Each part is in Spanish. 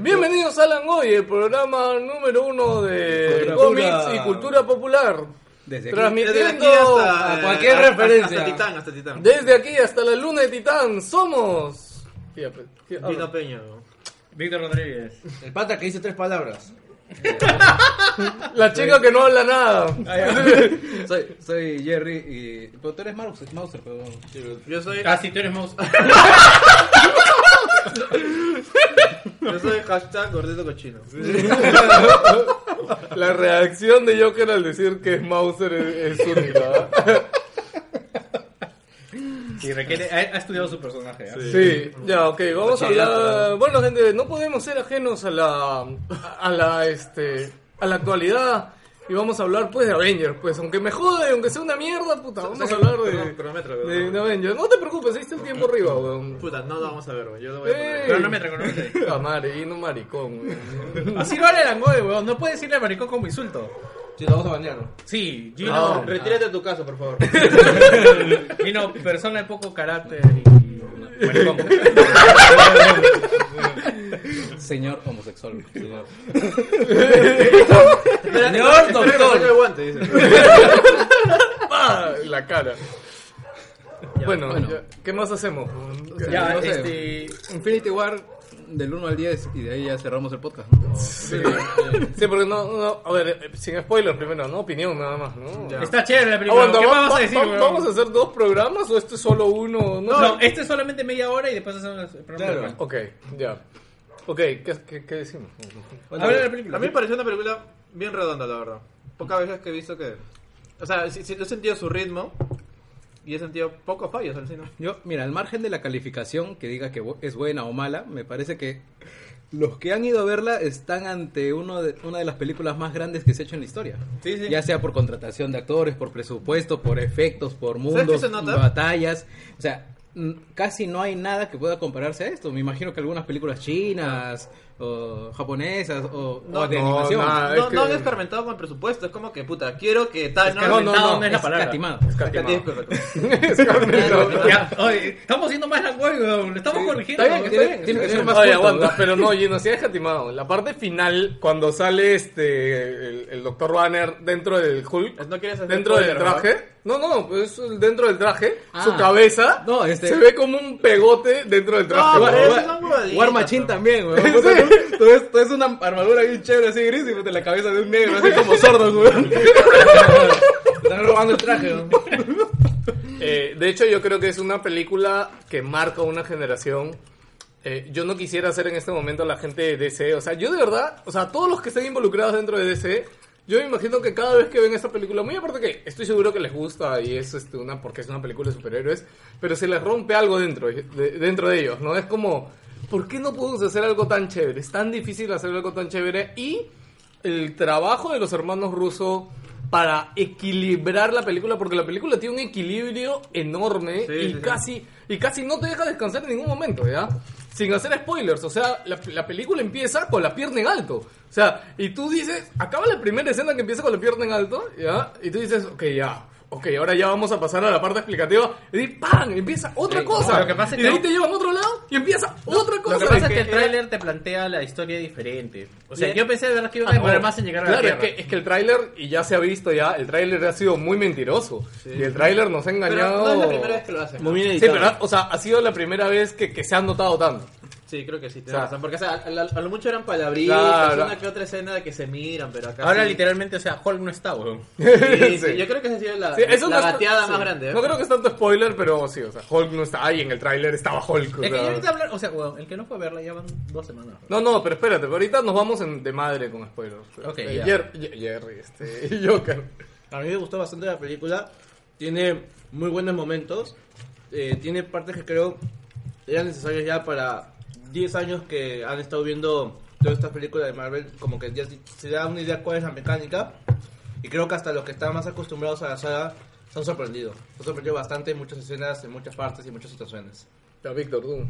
Bienvenidos a Langoy, el programa número uno de Cultura. cómics y cultura popular. Desde aquí. transmitiendo Desde aquí hasta, a eh, cualquier hasta- referencia. Hasta Titán, hasta Titán. Desde aquí hasta la luna de Titán somos. Fíjate, ¿qué hablo? Vino Peña. ¿no? Víctor Rodríguez. El pata que dice tres palabras. La chica que no habla nada. Soy, soy Jerry y. Pero tú eres Mauser, Mauser pero. Yo soy, Ah, sí, tú eres mouse. yo soy hashtag gordito cochino. La reacción de Joker al decir que Mauser es, es única. ¿ah? Y requiere, ha, ha estudiado su personaje. ¿ah? Sí, ya, ok, vamos a hablar. Bueno, gente, no podemos ser ajenos a la. a la, este. a la actualidad. Y vamos a hablar, pues, de Avengers, pues, aunque me jode, aunque sea una mierda, puta, vamos a hablar Perdón, de. cronómetro, de, weón. de Avengers. No te preocupes, ahí está el tiempo arriba, weón. Puta, no lo vamos a ver, weón. Yo lo voy a Ey. poner. Pero no me reconoce. A marino maricón, weón. Así no habla el Angoy, weón. No puede decirle maricón como insulto. Sí, lo vamos a banear. ¿no? Sí, No. Gino. Retírate de tu casa, por favor. Gino, persona de poco carácter y. Maricón. Señor homosexual. Señor. Señor doctor. el guante, dice. ¡Pah! Ah, La cara. bueno, bueno. ya, ¿qué más hacemos? ya, No sé. este. Infinity War del 1 al 10 y de ahí ya cerramos el podcast. ¿no? Sí, Sí, porque no, no, a ver, eh, sin spoiler primero, ¿no? Opinión nada más, ¿no? Ya. Está chévere la Ah, película. bueno, ¿Qué va- más vas va- a decir, va- weón? ¿Vamos a hacer dos programas o este es solo uno? No, eh. No, este es solamente media hora y después hacemos el programa. Claro. normal. Ok, ya. Ok, ¿qué, qué, qué decimos? Habla de la película. A mí me pareció una película bien redonda, la verdad. Pocas veces que he visto que. O sea, si, si- yo he sentido su ritmo y he sentido pocos fallos al cine. Yo, mira, al margen de la calificación que diga que bu- es buena o mala, me parece que los que han ido a verla están ante uno de, una de las películas más grandes que se ha hecho en la historia. Sí, sí. Ya sea por contratación de actores, por presupuesto, por efectos, por ¿Sabes qué mundos, se nota? batallas. O sea, mm, casi no hay nada que pueda compararse a esto. Me imagino que algunas películas chinas o japonesas o, No, o de no, animación. nada. Ah, es no, que- no han experimentado con presupuesto, es como que puta, quiero que tal. No, no, no, no es la es palabra. escatimado. Escatimado. Correcto. Escatimado. Ya, oye, estamos siendo más Angoy, weón. Lo estamos corrigiendo. Está bien, weón. que tiene- tiene que ser más Oye, corto, aguanta, ¿no? pero no, Gino, sí es escatimado. La parte final, cuando sale este el, el Dr. Banner dentro del Hulk, No quieres hacer dentro del spoiler, ¿verdad? traje, no, no, es el- dentro del traje, Ah. su cabeza No, este- Ah, se ve como un pegote dentro del traje. No, Bueno, pero- bueno, esas son huevaditas, War Machine ¿no? también, weón. Puta, tú- tú ves- tú ves una armadura bien chévere así gris y puta, la cabeza de un negro así como sordo, weón. Están robando el traje, weón. eh, de hecho, yo creo que es una película que marca una generación. Eh, yo no quisiera ser en este momento la gente de DC. O sea, yo de verdad, o sea, todos los que estén involucrados dentro de DC, yo me imagino que cada vez que ven esta película, muy aparte que estoy seguro que les gusta y es este, una, porque es una película de superhéroes, pero se les rompe algo dentro de, dentro de ellos, ¿no? Es como, ¿por qué no podemos hacer algo tan chévere? Es tan difícil hacer algo tan chévere y el trabajo de los hermanos rusos para equilibrar la película, porque la película tiene un equilibrio enorme Sí, y sí, sí. casi casi- y casi no te deja descansar en ningún momento, ¿ya? Sin hacer spoilers, o sea, la, la película empieza con la pierna en alto. O sea, y tú dices, acaba la primera escena que empieza con la pierna en alto, ¿ya? Y tú dices, ok, ya, ok, ahora ya vamos a pasar a la parte explicativa. Y di- ¡pam! Empieza otra Sí, cosa. lo que pasa es y de que- ahí te llevan a otro lado y empieza otra cosa. Lo que pasa es que el era- tráiler te plantea la historia diferente. O sea, Le- yo pensé de verdad que iba a Ah, no. demorar más en llegar a la Claro, Tierra. es que, es que el tráiler, y ya se ha visto ya, el tráiler ha sido muy mentiroso. Y el tráiler nos ha Pero engañado. no es la primera vez que lo hacen. Muy bien Sí, editado. pero, o sea, ha sido la primera vez que, que se han notado tanto. Sí, creo que sí, tienes O sea, razón. Porque o sea, a, a- a lo mucho eran palabritas, Claro. una que otra escena de que se miran, pero acá. Ahora sí. literalmente, o sea, Hulk no está, weón. Sí, sí, Sí. Yo creo que esa ha sido la, Sí, eso la no es- gateada sí. más grande. ¿eh? No creo que es tanto spoiler, pero sí, o sea, Hulk no está ahí en el tráiler, estaba Hulk. o Es que sea. yo ahorita hablar, o sea, weón, el que no fue a verla ya van dos semanas. No, no, pero espérate, pero ahorita nos vamos en- de madre con spoilers. Ok, Eh, ya. Jer- Ye- Jerry, este, Joker. A mí me gustó bastante la película. Tiene muy buenos momentos. Eh, tiene partes que creo eran necesarias ya para 10 años que han estado viendo todas estas películas de Marvel. Como que ya se- se da una idea cuál es la mecánica. Y creo que hasta los que están más acostumbrados a la saga se han sorprendido. Se han sorprendido bastante en muchas escenas, en muchas partes y en muchas situaciones. Ya, Víctor, tú.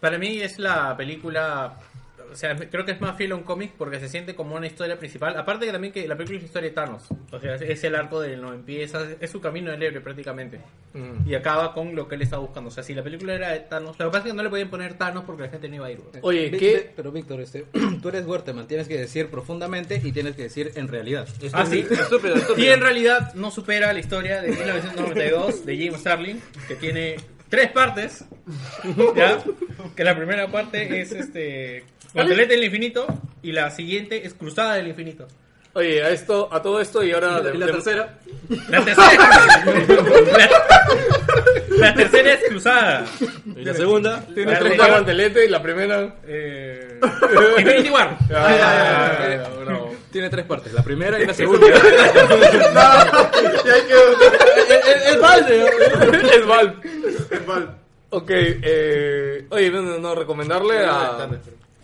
Para mí es la película o sea, creo que es más fiel a un cómic porque se siente como una historia principal. Aparte que también que la película es la historia de Thanos. O sea, es el arco de no empieza, es su camino del héroe prácticamente. Mm. Y acaba con lo que él está buscando. O sea, si la película era de Thanos, lo que pasa es que no le podían poner Thanos porque la gente no iba a ir. güey. Oye, Ve- ¿qué? ve- Pero Víctor, este, tú eres Werteman, tienes que decir profundamente y tienes que decir en realidad. Ah, sí. Estúpido, estúpido. Y en realidad no supera la historia de 1992 de Jim Starlin, que tiene tres partes. ¿ya? Que la primera parte es este. Guantelete del infinito y la siguiente es Cruzada del infinito. Oye, a esto, a todo esto y ahora de- Y la de- tercera. La tercera, la, la tercera es Cruzada. Y la segunda. Tiene Dale, treinta ya. guantelete y la primera. Eh, Infinity War. Ah, bravo. Tiene tres partes, la primera Ah. y la segunda. ¡Es padre! es Val. Ok, eh, oye, no, no, no, recomendarle a,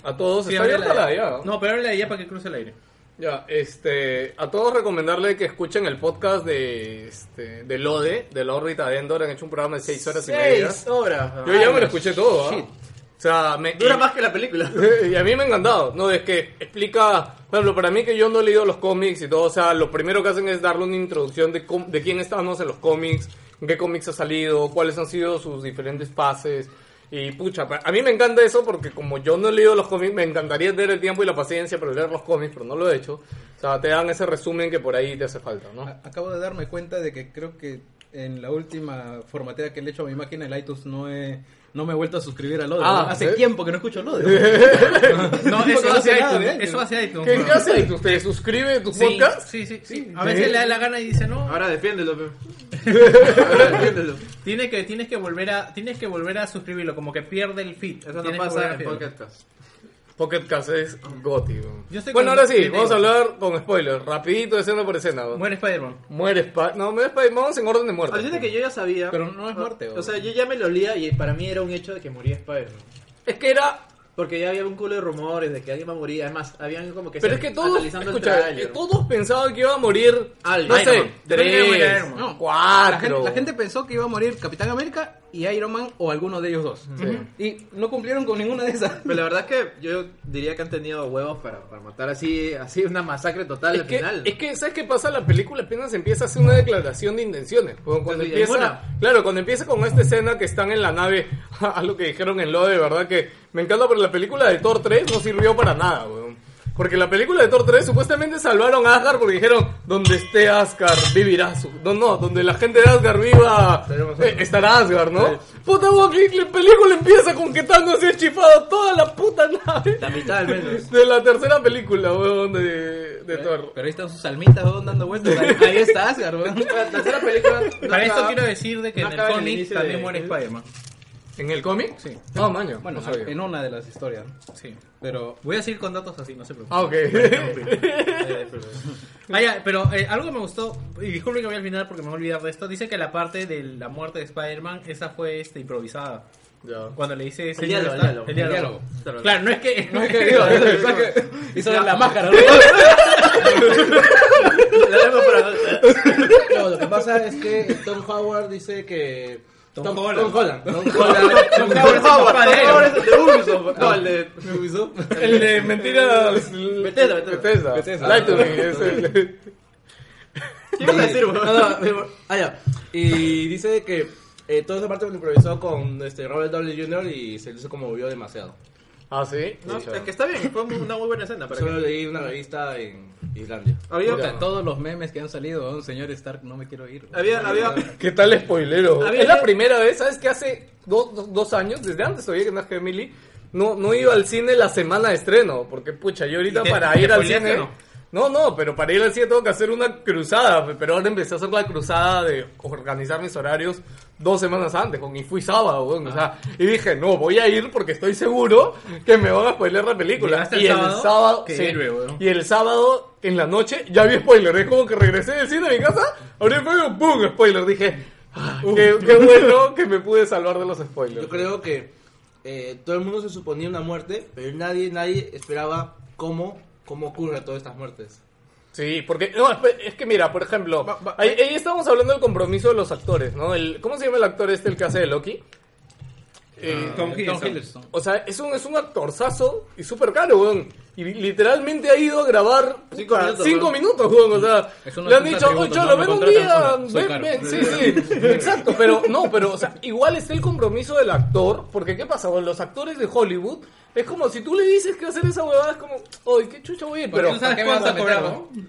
a todos. Sí, Está abierta la ábrela. ya. No, pero ábrela ya para que cruce el aire. Ya, este, a todos recomendarle que escuchen el podcast de, este, de Lode, de la órbita de Endor. Han hecho un programa de 6 horas y media. Seis horas. Yo ya me lo escuché todo, ¿ah? O sea, me, Dura más que la película. Eh, y a mí me ha encantado, ¿no? Es que explica, por ejemplo, para mí que yo no he leído los cómics y todo, o sea, lo primero que hacen es darle una introducción de, cómo- de quién estábamos en los cómics, en qué cómics ha salido, cuáles han sido sus diferentes pases. Y pucha, pa- a mí me encanta eso porque como yo no he leído los cómics, me encantaría tener el tiempo y la paciencia para leer los cómics, pero no lo he hecho. O sea, te dan ese resumen que por ahí te hace falta, ¿no? A- Acabo de darme cuenta de que creo que en la última formatea que le he hecho a mi máquina, el iTunes no he- no me he vuelto a suscribir a Lode. Ah, Hace ¿eh? tiempo que no escucho Lode. No, Porque eso no hace hace nada, iTunes. ¿eh? Eso hace iTunes. ¿Qué, bro. qué haces? ¿Usted suscribe tu Sí, podcast? sí, sí, sí. A veces le da la gana y dice, no, Ahora defiéndelo, pe. Ahora defiéndelo. Tiene que, tienes que volver a, tienes que volver a suscribirlo, como que pierde el feed. Eso Tienes no que volver a pasa en hacerlo. podcast. Pocket Cast es gótico. Yo estoy Bueno, con- ahora sí, ¿qué vamos a tengo? hablar con spoilers, rapidito, escena por escena. ¿no? Muere Spider-Man. Muere Spider-Man. No, muere Spider-Man. Vamos en orden de muerte. Alucina que yo ya sabía. Pero no es muerte, O, o- sea, yo ya me lo olía y para mí era un hecho de que moría Spider-Man. Es que era. Porque ya había un culo de rumores de que alguien va a morir. Además, habían como que. Pero se- es que todos. analizando el Escucha, tráiler. eh, todos pensaban que iba a morir. Alguien. No Iron sé, Man. Yo pensé que iba a morir tres, Iron Man. No, La gente, cuatro. la gente pensó que iba a morir Capitán América y Iron Man o alguno de ellos dos. Y no cumplieron con ninguna de esas. Pero la verdad es que yo diría que han tenido huevos para, para matar así, así una masacre total Es al que, final. es que, ¿sabes qué pasa? La película apenas empieza a hacer una declaración de intenciones. Cuando, cuando Sí, hay empieza, una. claro, cuando empieza con esta escena que están en la nave, algo que dijeron en lo de verdad que me encanta, pero la película de Thor 3 no sirvió para nada, weón. Porque la película de Thor 3 supuestamente salvaron a Asgard porque dijeron, donde esté Asgard vivirá su... No, no, donde la gente de Asgard viva eh, estará Asgard, ¿no? Puta, weón, la película empieza con que Thanos se ha chifado toda la puta nave. La mitad al menos. De la tercera película, weón, de, de Thor. Pero ahí están sus almitas weón, dando vueltas. Ahí, ahí está Asgard, weón. La tercera película. no Para esto acaba- quiero decir de que no en el acaba el cómic inicio también de- muere Spider-Man. ¿En el cómic? Sí. Ah, maño. Bueno, no sabía. en una de las historias. Sí. Pero Voy a seguir con datos así, no se preocupen. Ah, ok. Ah, ya, pero eh, algo que me gustó, y disculpen que voy al final porque me voy a olvidar de esto, dice que la parte de la muerte de Spider-Man, esa fue este, improvisada. Ya. Cuando le dice... "Señor diálogo, el Stark", diálogo. el El diálogo. Claro, no es que... no es que digo, hizo la máscara, ¿no? La vemos para- No, lo que pasa es que Tom Howard dice que. Tom Holland. Tom Holland. Tom Holland. Tom Howard es el papá de Ahora él. es el de Ubisoft. No, el de. Me avisó. El de mentiras. Bethesda, Bethesda. Bethesda. Bethesda. Lightning, es el- ¿Qué ibas a decir, No, weón? no, me- ah, ya. Y dice que eh, toda esa parte lo improvisó con este, Robert Downey Jr. y se hizo como vio demasiado. Ah, sí. No, Pucha. es que está bien, fue una muy buena escena. Para Solo que... leí una revista en Islandia. Había, Puta, todos los memes que han salido, weón, señor Stark, no me quiero ir. weón. había, había, ¿Qué tal spoilero? Había- Es la primera vez, ¿sabes? Que hace dos, dos- dos años, desde antes todavía que nació Emily, no, no iba al cine la semana de estreno. Porque, pucha, yo ahorita ¿Y te- para te ir al spoileaste cine. o No, no, pero para ir al cine tengo que hacer una cruzada. pe- Pero ahora empecé a hacer la cruzada de organizar mis horarios dos semanas antes. Con y fui sábado, weón, o sea, y dije, no, voy a ir porque estoy seguro que me van a spoiler la película. ¿Llegaste el Y el sábado? sábado. Qué sí. héroe, weón. Y el sábado en la noche ya vi spoiler. Es como que regresé del cine a mi casa, abrí el juego, ¡pum! Spoiler. Dije, ah, qué, qué bueno que me pude salvar de los spoilers. Yo creo que eh, todo el mundo se suponía una muerte, pero nadie, nadie esperaba cómo, cómo ocurren todas estas muertes. Sí, porque no, espe- es que mira, por ejemplo, Va- va- ahí, ahí estábamos hablando del compromiso de los actores, ¿no? El, ¿Cómo se llama el actor este, el que hace de Loki? eh, Ah, Tom Tom Hiddleston. Hiddleston. o sea, es un, es un actorzazo y súper caro, weón. Y literalmente ha ido a grabar Cinco puta, minutos, cinco weón. minutos, weón. O sea, Es una le han puta dicho, tributo, oye, no cholo, me ven un contratan día, sola, soy ven, caro". ven, sí, sí. Exacto, pero no, pero, o sea, igual está el compromiso del actor, porque ¿qué pasa? Con los actores de Hollywood, es como si tú le dices que hacer esa huevada, es como, oye, qué chucha voy a ir, Porque pero. tú sabes ¿para qué me vas a cuánto meter,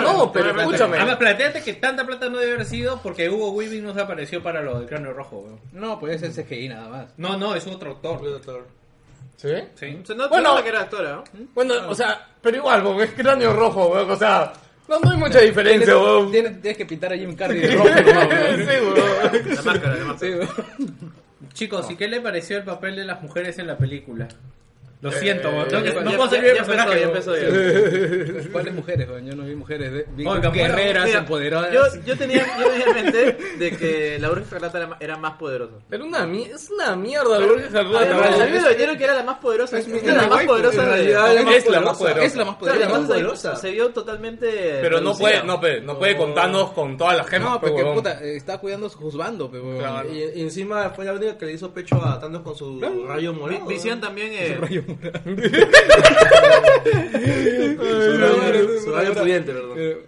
No, no, pero escúchame. Además, planteate que tanta plata no debe haber sido porque Hugo Weaving no se apareció para lo del cráneo rojo, weón. No, pues es el CGI nada más. No, no, es otro actor. ¿Sí? Sí. O sea, no Bueno. bueno, que era actora, ¿no? Bueno, o sea, pero igual, weón, es cráneo rojo, weón, o sea, no, no hay mucha diferencia, weón. Tienes, tienes que pintar a Jim Carrey de rojo. nomás, weón. Sí, weón. La máscara, la Sí, máscara. weón. Chicos, ¿y qué le pareció el papel de las mujeres en la película? Lo siento, weón. Tengo que- Ya- no ya- puedo ya- salir del ya empezó, personaje. ya weón. empezó, ya. ¿Cuáles mujeres? weón? Yo no vi mujeres. ve- Vi Oiga, guerreras Mira, empoderadas. Yo, yo, tenía, yo tenía en mente de que la bruja escarlata era ma- era más poderosa. Pero una, mi- es una mierda, weón, esa rueda, Además, weón. a mí me dijeron que era la más poderosa. Es mi- la más pues, waifu, poderosa en de realidad, de- la más Es la más poderosa. Es la más Claro, poderosa. además, más se- poderosa. Se vio totalmente. Pero no reducida. puede, no puede, no puede contarnos con todas las gemas, No, pues, porque weón. puta, eh, está cuidando su juzgando, pero Claro. Y, y encima fue la única que le hizo pecho a Thanos con su rayo Vi- morado. Visión también. eh, Su rayo- su rayo pudiente, perdón.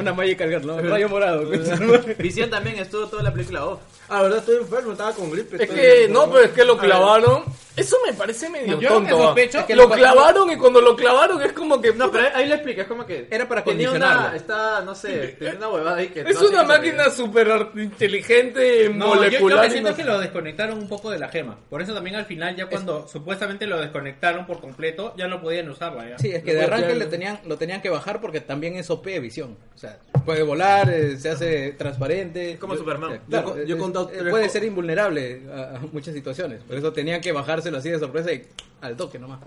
Una malla cargar, ¿no? Rayo morado. pues. Visión también estuvo toda la película off. Ah, verdad, estoy enfermo, estaba con gripe. Es estoy- que, no, pero es que lo A ver, clavaron. Eso me parece medio Yo lo que tonto. ah. sospecho- Es que lo clavaron y cuando lo clavaron es como que. No, puta, pero ahí- ahí le explica, es como que. Era para tenía condicionarla. una, Está, no sé, tenía una huevada ahí que. es no sé una qué sabía. máquina súper ar- inteligente, No, yo- yo, lo molecular. que y siento no- es que lo desconectaron un poco de la gema. Por eso también al final, ya cuando supuestamente lo desconectaron por completo, ya no podían usarla. Ya. Sí, es que de arranque le tenían, lo tenían que bajar porque también es OP de visión. O sea, puede volar, eh, se hace transparente. Es como Yo- Superman. eh, Yo- yo he es- contado eh, tres Puede co- ser invulnerable a, a muchas situaciones. Por eso tenían que bajárselo así de sorpresa y al toque nomás.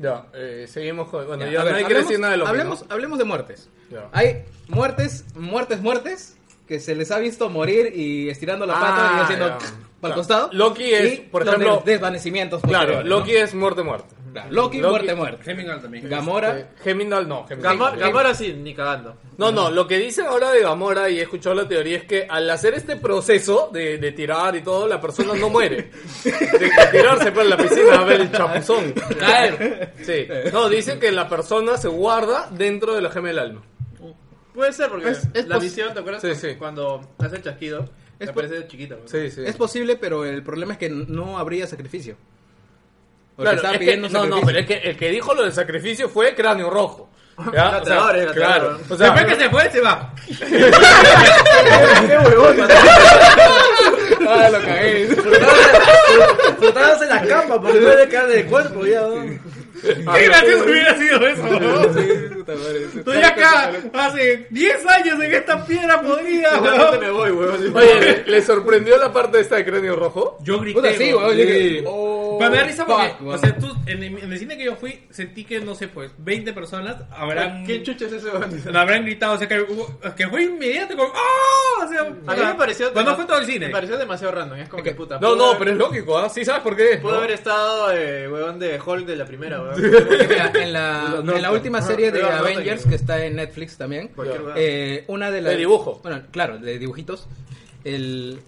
Ya, eh, seguimos con. Bueno, Ya, ya, a ver, no hay que decir nada de lo hablemos, hablemos de muertes. Ya. Hay muertes, muertes, muertes que se les ha visto morir y estirando la Ah, pata y haciendo ya. para el Claro. costado. Loki es, Y por los ejemplo- des- desvanecimientos. Claro, posteriores, ¿no? Loki es muerte, muerte. Claro, Loki, Loki- muerte, muerte. Hemingway también. Gamora. Eh, Gemindal no, Gemindal. Gamora, Gemindal. Gamora sí, ni cagando. No, no, lo que dicen ahora de Gamora, y he escuchado la teoría, es que al hacer este proceso de, de tirar y todo, la persona no muere. De, de tirarse por la piscina a ver el chapuzón. Caer. Sí. No, dicen que la persona se guarda dentro de la gema del alma. Puede ser, porque Es- es la pos- visión, ¿te acuerdas? Sí, sí. Cuando hace el chasquido, Es es po- parece chiquito. ¿no? Sí, sí. Es posible, pero el problema es que no habría sacrificio. Porque Claro, estaba es que- pidiendo no, no, sacrificio. pero es que el que dijo lo del sacrificio fue cráneo rojo. ¿Ya? O sea, Matador, eh, claro. matador. O sea, Después que se fue, se va. Ah, lo cagué. Flotándose en la cama porque no le cae del cuerpo ya. ¿no? Ah, Qué gracioso hubiera sido eso. ¿no? Estoy Estoy acá hace 10 años en esta piedra podrida. Realmente weón. me voy, weón. oye, ¿le, le sorprendió la parte esta de cráneo rojo? Yo Oh, grité. Puta, sí, weón. weón. yo que- Pero me da risa porque, Fuck, o weón. sea, tú, en el, en el cine que yo fui, sentí que, no sé, pues, 20 personas habrán, ¿Qué chucha es ese, weón? habrán gritado, o sea, que, hubo- que fue inmediato, como, ¡ah! O sea, A mí me pareció. Cuando dema- Pues fue todo el cine. Me pareció demasiado random. Es como que puta. No, pudo no, haber- pero es lógico, ¿ah? Sí, ¿sabes por qué? Pudo ¿No? haber estado, eh, weón, de Hulk de la primera, weón. Porque mira, en la, en la última serie de Edward Norton. Avengers que está en Netflix también, Cualquier lugar. eh, una de las De dibujo. bueno, claro, de dibujitos, el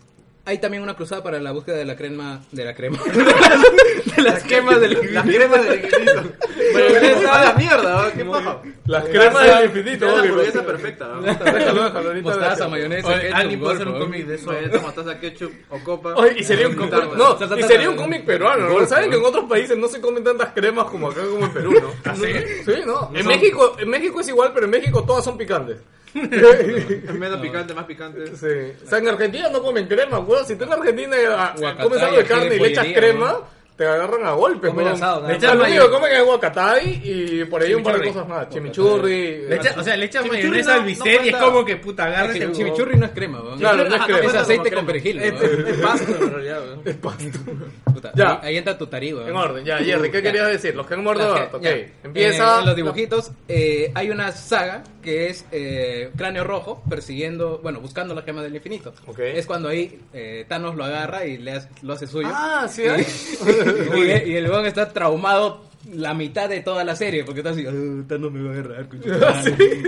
hay también una cruzada para la búsqueda de la crema, de la crema, de las, de las quemas del Las cremas del infinito. Pero a la mierda, weón. ¿Qué paja? Las cremas del infinito, Es la obvio. hamburguesa perfecta, weón. Déjalo, déjalo, ahorita mostaza, déjalo. mayonesa, Oye, ketchup, ¿eh? alguien puede hacer un gordo, cómic de eso. Mayonesa, mostaza, ketchup o copa. Oye, y sería un cómic, Tarta. no, y sería un cómic peruano, ¿no? Saben que en otros países no se comen tantas cremas como acá como en Perú, ¿no? ¿Ah, sí? no. En México, en México es igual, pero en México todas son picantes. Es menos picante, más picante. Sí. O sea, en Argentina no comen crema, weón. Si tú en Argentina ah, Guacatay, comes algo de ají de carne y le echas pollería, crema, te agarran a golpes, Comen weón. asado, nada Le más. echas lo Chimichurri. único que comen es guacatay y por ahí un par de Chimichurri. cosas más. Chimichurri. eh, Le echa- o sea, le echas Chimichurri mayonesa no- al no bistec y es cuenta. como que, puta, Es agarra que el este chimichurri no es crema, weón. Claro, no es Ah, crema. es cuenta como aceite crema. con perejil. Es, weón. es pasto en realidad. weón. Puta, Ya. ahí- Ahí entra tu tarí, weón. En orden, ya, Jerry, ¿qué Ya. querías decir? Los que han muerto, Las que- harto, ok. ya. Empieza. En los dibujitos eh, hay una saga que es eh, Cráneo Rojo persiguiendo, bueno, buscando la gema del infinito. Ok. Es cuando ahí eh, Thanos lo agarra y le hace- lo hace suyo. Ah, sí, hay. y, y el weón está traumado la mitad de toda la serie porque está así, "Ah, Thanos me va a agarrar. coño". Ah,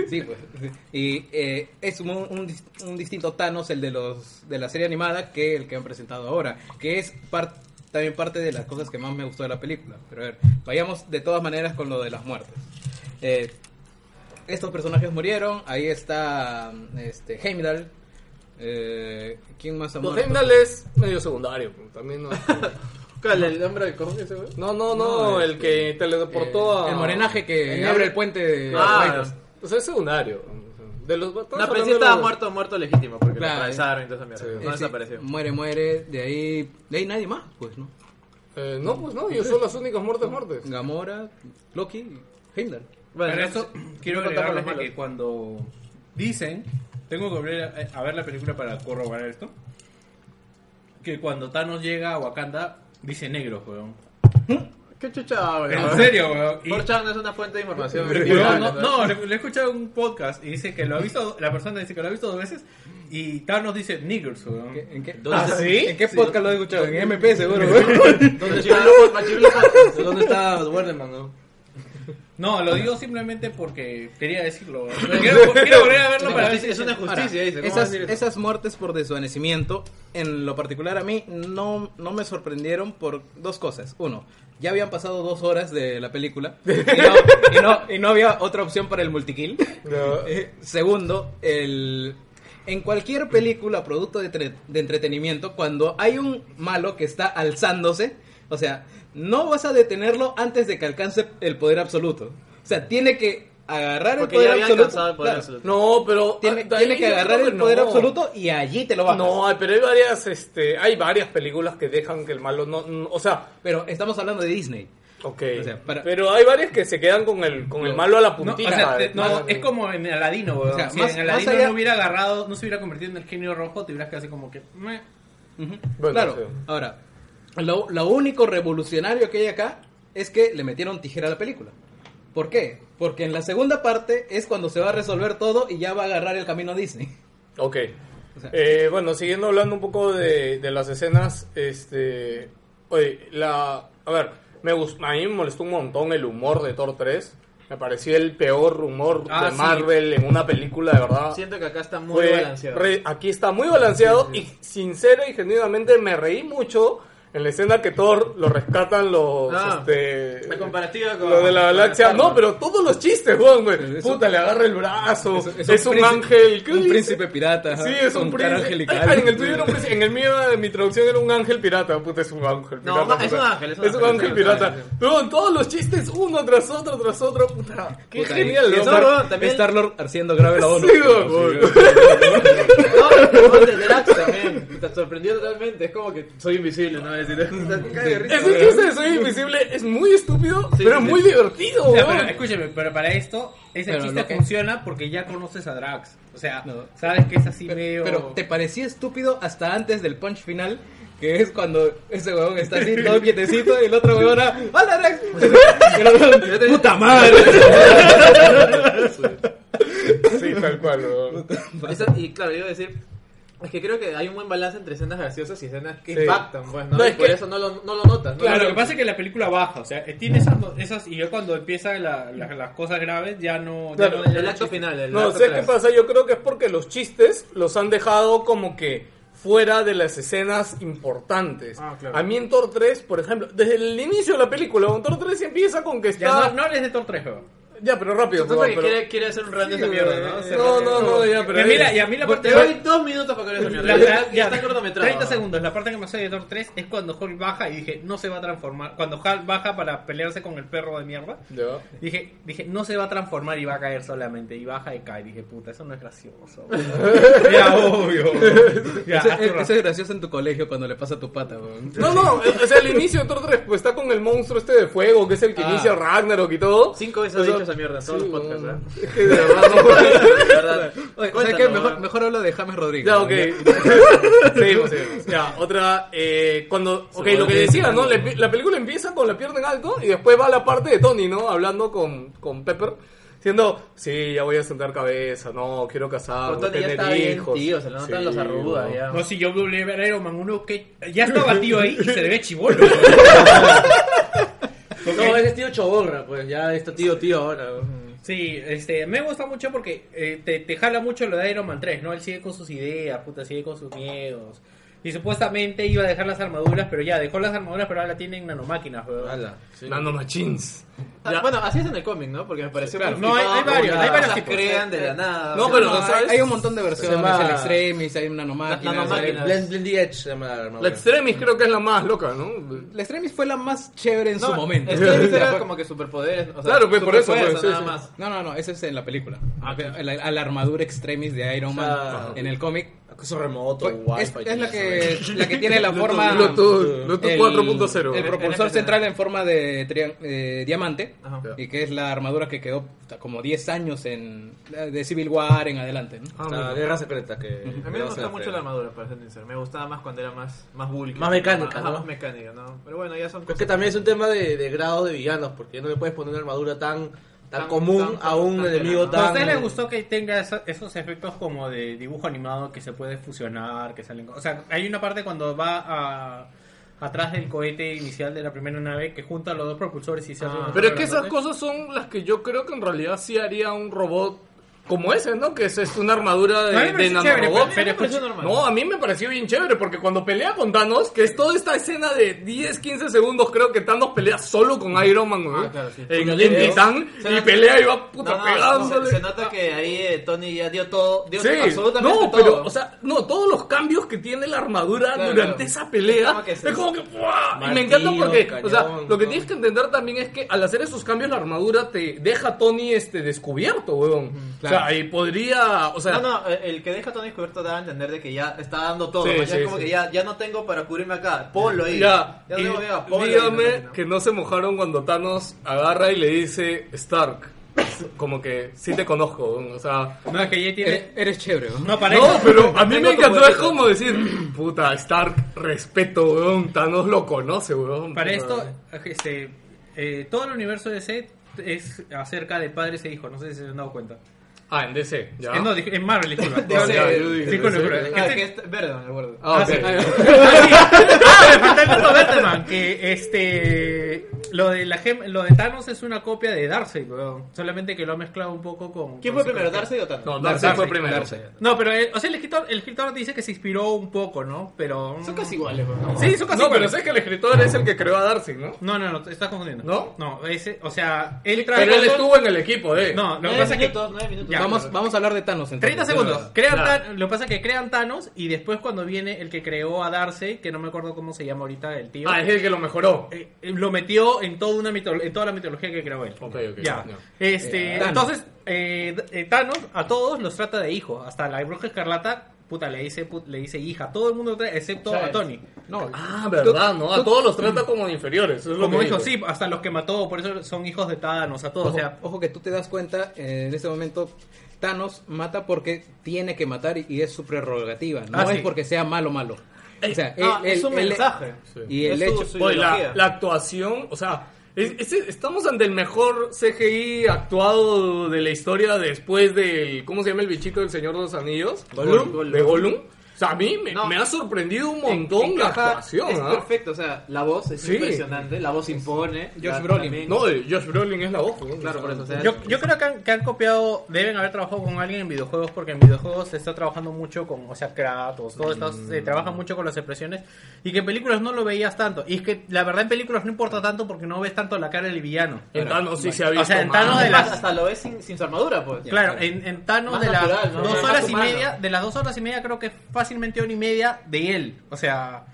sí, pues. Y eh, es un, un dis- un distinto Thanos el de los de la serie animada que el que han presentado ahora, que es par- también parte de las cosas que más me gustó de la película. Pero a ver, vayamos de todas maneras con lo de las muertes. Eh, estos personajes murieron, ahí está este, Heimdall. Eh, ¿Quién más ha Los muerto? Heimdall es medio secundario, pero también no. ¿Cuál? ¿El hombre del cómic ese, güey? No, no, no, No, este, el que teleportó Eh, a. El morenaje que en abre el puente de Ah, Rainos. O sea, pues, es secundario. De los estamos No, pero hablando sí de estaba los- muerto, muerto legítimo, porque Claro. lo atravesaron y toda esa mierda. Sí. No Eh, sí, desapareció. Muere, muere, de ahí. De ahí nadie más, pues, ¿no? Eh, no, pues no, ellos son las únicas muertes muertes. Gamora, Loki, Heimdall. Bueno, Para eso, quiero no contamos agregarles los de que cuando dicen, tengo que volver a, a ver la película para corroborar esto, que cuando Thanos llega a Wakanda, dice negro, weón. ¿Qué chucha, güey? En serio, weón. Y- Porchan es una fuente de información. weón, no, no, le, le he escuchado un podcast y dice que lo ha visto, la persona dice que lo ha visto dos veces y Thanos dice niggers, weón. ¿Qué- ¿En qué, ¿Ah, sí? ¿En qué podcast lo he escuchado? En MP, seguro. ¿Dónde está, ¿Dónde está Werderman, no? No, lo digo simplemente porque quería decirlo. weón. Quiero, quiero volver a verlo para ver si Es una justicia, dice. ¿cómo va a Esas, decir eso? esas muertes por desvanecimiento, en lo particular a mí, no, no me sorprendieron por dos cosas. Uno, ya habían pasado dos horas de la película y no, y no- y no había otra opción para el multikill. No. Eh, Segundo, el... En cualquier película, producto de, tre- de entretenimiento, cuando hay un malo que está alzándose, o sea, no vas a detenerlo antes de que alcance el poder absoluto. O sea, tiene que agarrar Porque el ya poder había absoluto. alcanzado el poder Claro. absoluto. No, pero. Tiene, ah, de tiene ahí que yo agarrar creo el que poder no. absoluto y allí te lo bajas. No, ay, pero hay varias, este, hay varias películas que dejan que el malo no, no- o sea, Pero estamos hablando de Disney. ok, O sea, para- pero hay varias que se quedan con el, con el No. malo a la No, o puntita. sea, te- eh. no, es como en Aladino, weón. O sea, si más- en Aladino más allá- no hubiera agarrado, no se hubiera convertido en el genio rojo, te hubieras quedado así como que. meh. Ujú. Bueno, claro. sí. Ahora, lo, lo único revolucionario que hay acá es que le metieron tijera a la película. ¿Por qué? Porque en la segunda parte es cuando se va a resolver todo y ya va a agarrar el camino Disney. Ok. O sea- Eh, bueno, siguiendo hablando un poco de, de las escenas, este. Oye, la. A ver, me gust- a mí me molestó un montón el humor de Thor 3. Me pareció el peor humor Ah, de sí. Marvel en una película, de verdad. Siento que acá está muy Fue balanceado. re- aquí está muy balanceado y sincero y genuinamente me reí mucho en la escena que Thor lo rescatan los. Ah, este, La comparativa con... lo de la con galaxia, Star Wars. no, pero todos los chistes, weón, Pero güey. eso- Puta, le agarra el brazo, Eso- eso es un, príncipe- ángel. ¿qué Un dice? príncipe pirata. ajá, Sí, es un con cara príncipe. angelical. Ah, en el tuyo era un príncipe. En el mío, de mi traducción era un ángel pirata. Puta, es un ángel No, pirata. es un puta. ángel, es un Es un ángel ángel, es un ángel, pirata. Pero todos los chistes, uno tras otro, tras otro. Puta, qué Puta, y- genial, y loco. Star- No, no, también- Star-Lord haciendo grave la ONU. Sí, weón. No, no, de Drax también. Te sorprendió totalmente. Es como que soy invisible, ¿no? Es decir, me cae de risa, Es un weón. chiste de Soy Invisible. Es muy estúpido, Sí, pero sí, muy sí. divertido, O sea, weón. pero, escúcheme, pero para Oh, esto, ese Pero chiste lo que- funciona porque ya conoces a Drax. O sea, No. sabes que es así medio. Pero te parecía estúpido hasta antes del punch final, que es cuando ese huevón está así todo quietecito y el otro huevón era, ¡Hola, Rex! Y el otro, ¡Puta madre! Sí, tal cual, weón. Eso- y claro, yo iba a decir, es que creo que hay un buen balance entre escenas graciosas y escenas que Sí. impactan, pues, ¿no? No, Y es por que- eso no lo, no lo notas, ¿no? Claro, lo No que pasa es que la película baja, o sea, eh, tiene esas, esas y yo cuando empiezan las cosas graves ya no... ya Claro, no- ya El no acto chiste. final, el No, acto sé qué final. pasa? Yo creo que es porque los chistes los han dejado como que fuera de las escenas importantes. Ah, claro. A mí en Thor 3, por ejemplo, desde el inicio de la película, en Thor 3 empieza con que Ya está... no, no hables de Thor 3, weón. Ya, pero rápido. Entonces, por favor, quiere, quiere hacer un run de esa mierda, ¿no? Se pero- No, run- no, no, ya, pero... eh. Que mira, y a mí la parte... Te doy dos minutos para correr esa la- mierda. la- ya, ya, está cortometrado. 30 segundos, la parte que me sale de Thor 3 es cuando Hulk baja y dije, no se va a transformar. Cuando Hulk baja para pelearse con el perro de mierda, Ya. dije, dije no se va a transformar y va a caer solamente. Y baja y cae. Dije, puta, eso no es gracioso. weón". ya, obvio. Ya, haz tu Eso, razón. es gracioso en tu colegio cuando le pasa a tu pata, huevón. No, no, o sea, el inicio de Thor 3 pues, está con el monstruo este de fuego, que es el que Ah. inicia Ragnarok y todo. Cinco veces O he sea, dicho esa mierda en todos sí, los podcasts, no, ¿verdad? Es que de verdad no... De verdad. Oye, ¿sabes Cuéntanos, qué? ¿no? Mejor, mejor hablo de James Rodríguez. Ya, ¿no? ok. seguimos, seguimos. Ya, otra. Eh, cuando. Ok, lo que decía, ¿no? Le- la película empieza con la pierna en alto y después va la parte de Tony, ¿no? Hablando con, con Pepper. Diciendo, sí, ya voy a sentar cabeza, no, quiero casar, Pero voy a Tony ya tener está bien, hijos. tío, se le notan Sí, los arrugas, ya. No, si yo veo ver Iron Man 1 que ya estaba tío ahí y se le ve chivolo. pues. weón. No, ese es tío Choborra, pues ya está tío, tío ahora. Sí, este, me gusta mucho porque eh, te, te jala mucho lo de Iron Man 3, ¿no? Él sigue con sus ideas, puta, sigue con sus miedos. Y supuestamente iba a dejar las armaduras, pero ya, dejó las armaduras, pero ahora tienen nanomáquinas, weón. Ala, sí. Nanomachines. Ah, Bueno, así es en el cómic, ¿no? Porque me pareció Claro, muy no, hay- flipado, hay varios, porque hay varios las tipos. crean de la nada. No, o sea, pero, No, hay, ¿sabes? hay un montón de versiones, llama- el Extremis, hay una nanomáquina. La nanomáquina. hay- Blend- Blendy Edge se llama la armadura. La Extremis creo que es la más loca, ¿no? La Extremis fue la más chévere en no, su momento. Es que antes Ya era fue- como que superpoderes. O sea, Claro, pues, por eso, superfuerza, pues, sí, nada sí. más. No, no, no, eso es en la película. A la, a la armadura Extremis de Iron Man Ah. en el cómic. Acceso remoto, Pues, Fue- wifi. Pues, es, es ¿eh? tiene la esa que, vaina. la que tiene la forma... Bluetooth, Bluetooth el- 4.0. El propulsor central en forma de trian- eh, diamante. Ajá. Y que es la armadura que quedó puta, como 10 años en de Civil War en adelante. ¿no? Ah, La mira. guerra secreta que... A mí me gusta mucho la armadura, para ser sincero. Me gustaba más cuando era más, más bulky. Más mecánica, Ajá, ¿no? Más mecánica, ¿no? Pero bueno, ya son Es cosas. que también es un tema de, de grado de villanos, porque no le puedes poner una armadura tan, tan, Tan- común tan- a un tan- enemigo ¿A ¿A tan... usted le gustó que tenga esa- esos efectos como de dibujo animado que se puede fusionar, que salen... O sea, hay una parte cuando va a- atrás del cohete inicial de la primera nave que junta los dos propulsores y se hace... Ah. un Pero es que esas grandote. cosas son las que yo creo que en realidad sí haría un robot como ese, ¿no? Que es, es una armadura A mí de, me de parece chévere, nanorobot. pero- pero Pero escucha- normal. no, a mí me pareció bien chévere porque cuando pelea con Thanos, que es toda esta escena de 10, 15 segundos, creo que Thanos pelea solo con Iron Man, ¿no? Ah, claro, sí. En, Puño en limpio. Titán, Se y nota- pelea y va puta No, no, pegándole. se, se nota que ahí eh, Tony ya dio todo. Dio Sí, absolutamente no, todo. pero, o sea, no, todos los cambios que tiene la armadura Claro, durante claro. esa pelea Es como que sí. es como que ¡buah! Y me Martillo, encanta porque, o sea, cañón, lo que ¿no? tienes que entender también es que al hacer esos cambios la armadura te deja a Tony este, descubierto, weón. O sea, y podría, o sea, No, no, eh, el que deja a Tony descubierto da a entender de que ya está dando todo. Sí, ¿no? ya sí, es como sí. que ya, ya no tengo para cubrirme acá. Ponlo ahí. ya, ya y no tengo ya, ponlo ahí, dígame ¿no? que no se mojaron cuando Thanos agarra y le dice Stark, como que sí te conozco, weón, o sea... No, es que ya Eres, tiene... eres chévere. ¿no? No, para No, eso- pero a mí me Tengo tu encantó, es puesto. como decir, puta, Stark, respeto, weón, Thanos lo conoce, weón. Para puta. esto, este, eh, todo el universo de DC es acerca de padres e hijos. No sé si se han dado cuenta. Ah, en DC, ya. Eh, no, dije- en Marvel, disculpa. Ah, ya, yo dije Disculpa, DC. pero- Ah, este- que es verde, me acuerdo. Ah, ok. Ah, me falta el punto Batman, que este lo de la gem- lo de Thanos es una copia de Darkseid, weón. Solamente que lo ha mezclado un poco con ¿Quién con fue primero, su- Darcy o Thanos? No, Darcy Darcy fue Darcy, primero. No, pero el, o sea, el escritor el escritor dice que se inspiró un poco, ¿no? Pero mm, Son casi iguales, ¿no? Sí, son casi No, pero iguales. sabes que el escritor es el que creó a Darcy, ¿no? No, no, no, te estás confundiendo. ¿No? No, ese, o sea, él trae Pero él estuvo en el equipo de... No, lo que Nueve pasa es que minutos, nueve minutos. Ya. vamos, vamos a hablar de Thanos. entonces. 30 segundos. Crean Nada. Than- lo que pasa es que crean Thanos y después cuando viene el que creó a Darkseid, que no me acuerdo cómo se llama ahorita el tío, Ah, es el que lo mejoró. eh, eh, lo metió en toda, una mitolo- en toda la mitología que creó él. Ok, ok, Ya. ya. Este, Eh, Thanos. Entonces, eh, eh, Thanos a todos los trata de hijos. Hasta la bruja escarlata, puta, le dice, put- le dice hija. Todo el mundo trae, excepto Sabes. a Tony. No, Ah, verdad, ¿no? A todos los trata como de inferiores. eso es lo Como que dijo, sí, hasta los que mató, por eso son hijos de Thanos, a todos. ojo, o sea, ojo que tú te das cuenta eh, en este momento. Thanos mata porque tiene que matar y, y es su prerrogativa. No Ah, es sí. porque sea malo malo. O sea, Ah, él- es él- un él- mensaje. Y Es el su- hecho. su Oye, la, ideología. la actuación, o sea, es- es- estamos ante el mejor CGI actuado de la historia después del, ¿cómo se llama el bichito del Señor de los Anillos? Gollum. De Gollum. O sea, a mí me, No. me ha sorprendido un montón la Encaja- actuación, Es ¿ah? perfecto, o sea, la voz es Sí. impresionante, la voz impone. Josh la- Brolin. también- No, el Josh Brolin es la voz, ¿no? Claro, por eso, o sea, Yo, yo creo que han, que han copiado, deben haber trabajado con alguien en videojuegos, porque en videojuegos se está trabajando mucho con, o sea, Kratos, todo esto, se trabaja mucho con las expresiones, y que en películas no lo veías tanto. Y es que la verdad en películas no importa tanto porque no ves tanto la cara del villano. En Thanos sí se ha visto O sea, en más. Thanos de Además, las... hasta lo ves sin, sin su armadura, pues. Claro, en, en Thanos Más de las natural, ¿no? dos Más horas y humano. media, de las dos horas y media creo que es fácilmente hora y media de él. O sea,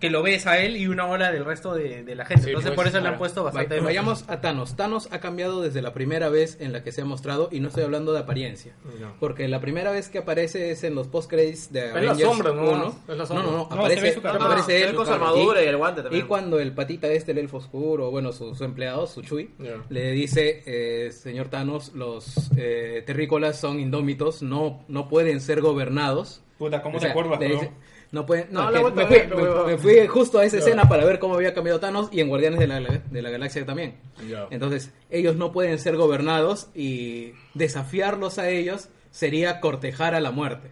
que lo ves a él y una hora del resto de, de la gente. Sí, Entonces pues, por eso le han claro. puesto Vay- bastante... énfasis. Vayamos a Thanos. Thanos ha cambiado desde la primera vez en la que se ha mostrado y no estoy hablando de apariencia. Porque la primera vez que aparece es en los post-credits de la Avengers sombra, ¿no? 1. Es la sombra. No, no, no, No, aparece, se ve su cara. aparece No, no, él. Ah, se ve con su claro, armadura y el guante también. Y cuando el patita este, el elfo oscuro, bueno, su, su empleado, su Chui, Ya. le dice, eh, señor Thanos, los eh, terrícolas son indómitos, no, no pueden ser gobernados. Puta, ¿cómo O te sea, acuerdas, le weón? dice- no pueden, no, No, es la que vuelta me, a fui, ver, me- huevón. me fui justo a esa escena para ver cómo había cambiado Thanos y en Guardianes de la, de la Galaxia también. Ya. Entonces, ellos no pueden ser gobernados y desafiarlos a ellos sería cortejar a la muerte.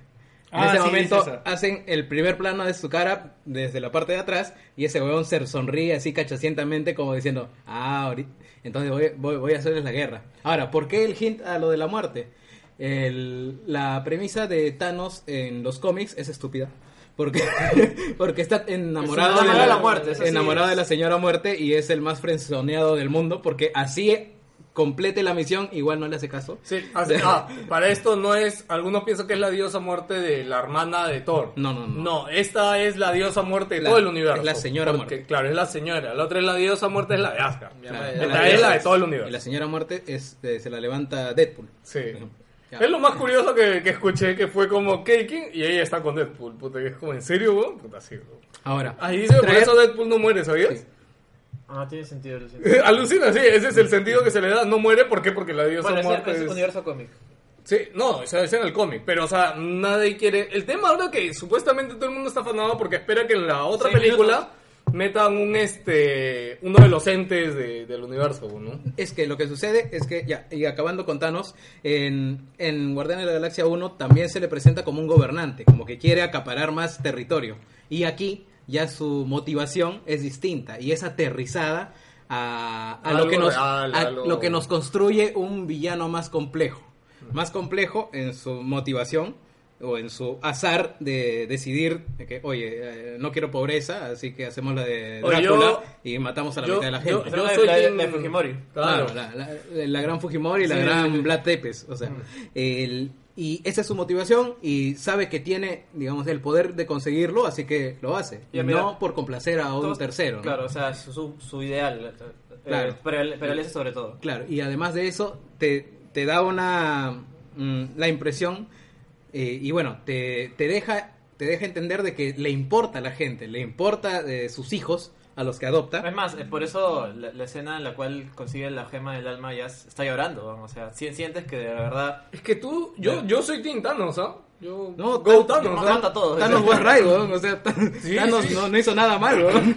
En Ah, ese sí, momento dice esa. hacen el primer plano de su cara desde la parte de atrás y ese huevón se sonríe así cachacientamente como diciendo, ah, ahorita, entonces voy, voy, voy a hacerles la guerra. Ahora, ¿por qué el hint a lo de la muerte? El- la premisa de Thanos en los cómics es estúpida. Porque, porque está enamorado, Es enamorado de, de la, la muerte, eso sí enamorado es. de la señora muerte y es el más frenzoneado del mundo porque así complete la misión, igual no le hace caso. Sí, así- ah, para esto no es. Algunos piensan que es la diosa muerte de la hermana de Thor. No, no, no. No, esta es la diosa muerte de La- todo el universo. es la señora Porque, muerte. Claro, es la señora. La otra es la diosa muerte, es la de Asgard. Claro. Esta es la de todo el universo. Y la señora muerte es, eh, se la levanta Deadpool. Sí. Ya. Es lo más curioso que, que escuché, que fue como Kaking y ella está con Deadpool. Puta, que es como, ¿en serio, weón? Puta, sí, weón. Ahora, Ahí dice, por traer- eso Deadpool no muere, ¿sabías? Ah, tiene sentido, lo siento. Alucina, sí, ese es el sentido que se le da. No muere, ¿por qué? Porque la diosa Bueno, es, muerte es es- universo cómic. Sí, no, o sea, es en el cómic, pero o sea, nadie quiere... El tema ahora que supuestamente todo el mundo está afanado porque espera que en la otra Seis película metan un, este, uno de los entes de- del universo, ¿no? Es que lo que sucede es que, ya, y acabando con Thanos, en, en Guardianes de la Galaxia 1 también se le presenta como un gobernante, como que quiere acaparar más territorio. Y aquí ya su motivación es distinta y es aterrizada a, a lo, Algo que nos, real, a algo- lo que nos construye un villano más complejo. Más complejo en su motivación o en su azar de decidir de que, oye, eh, no quiero pobreza, así que hacemos la de Oye, yo- Drácula y matamos a la yo- mitad de la yo- gente. yo La- soy la- quien- la de Fujimori. Claro. Claro, la, la- la gran Fujimori y la Sí, gran sí, sí. Vlad Tepes. O sea, el- y esa es su motivación y sabe que tiene, digamos, el poder de conseguirlo, así que lo hace. Ya, no mira, por complacer a un Todos- tercero. ¿no? Claro, o sea, su, su, su ideal. eh, Claro. prevale- prevalece sobre todo. Claro, y además de eso, te, te da una. mm, la impresión, eh, y bueno, te, te deja te deja entender de que le importa a la gente, le importa eh, sus hijos a los que adopta. Es más, eh, por eso la, la escena en la cual consigue la gema del alma ya s- está llorando. ¿no? O sea, si- sientes que de verdad. Es que tú, yo, yo soy Team Thanos, ¿ah? Yo, No, Go Tan- Thanos, Ma- ¿ah? mata a todos. ¿eh? Thanos dice. was right, weón, o sea, Tan- Sí, Thanos sí. No, no hizo nada malo. weón.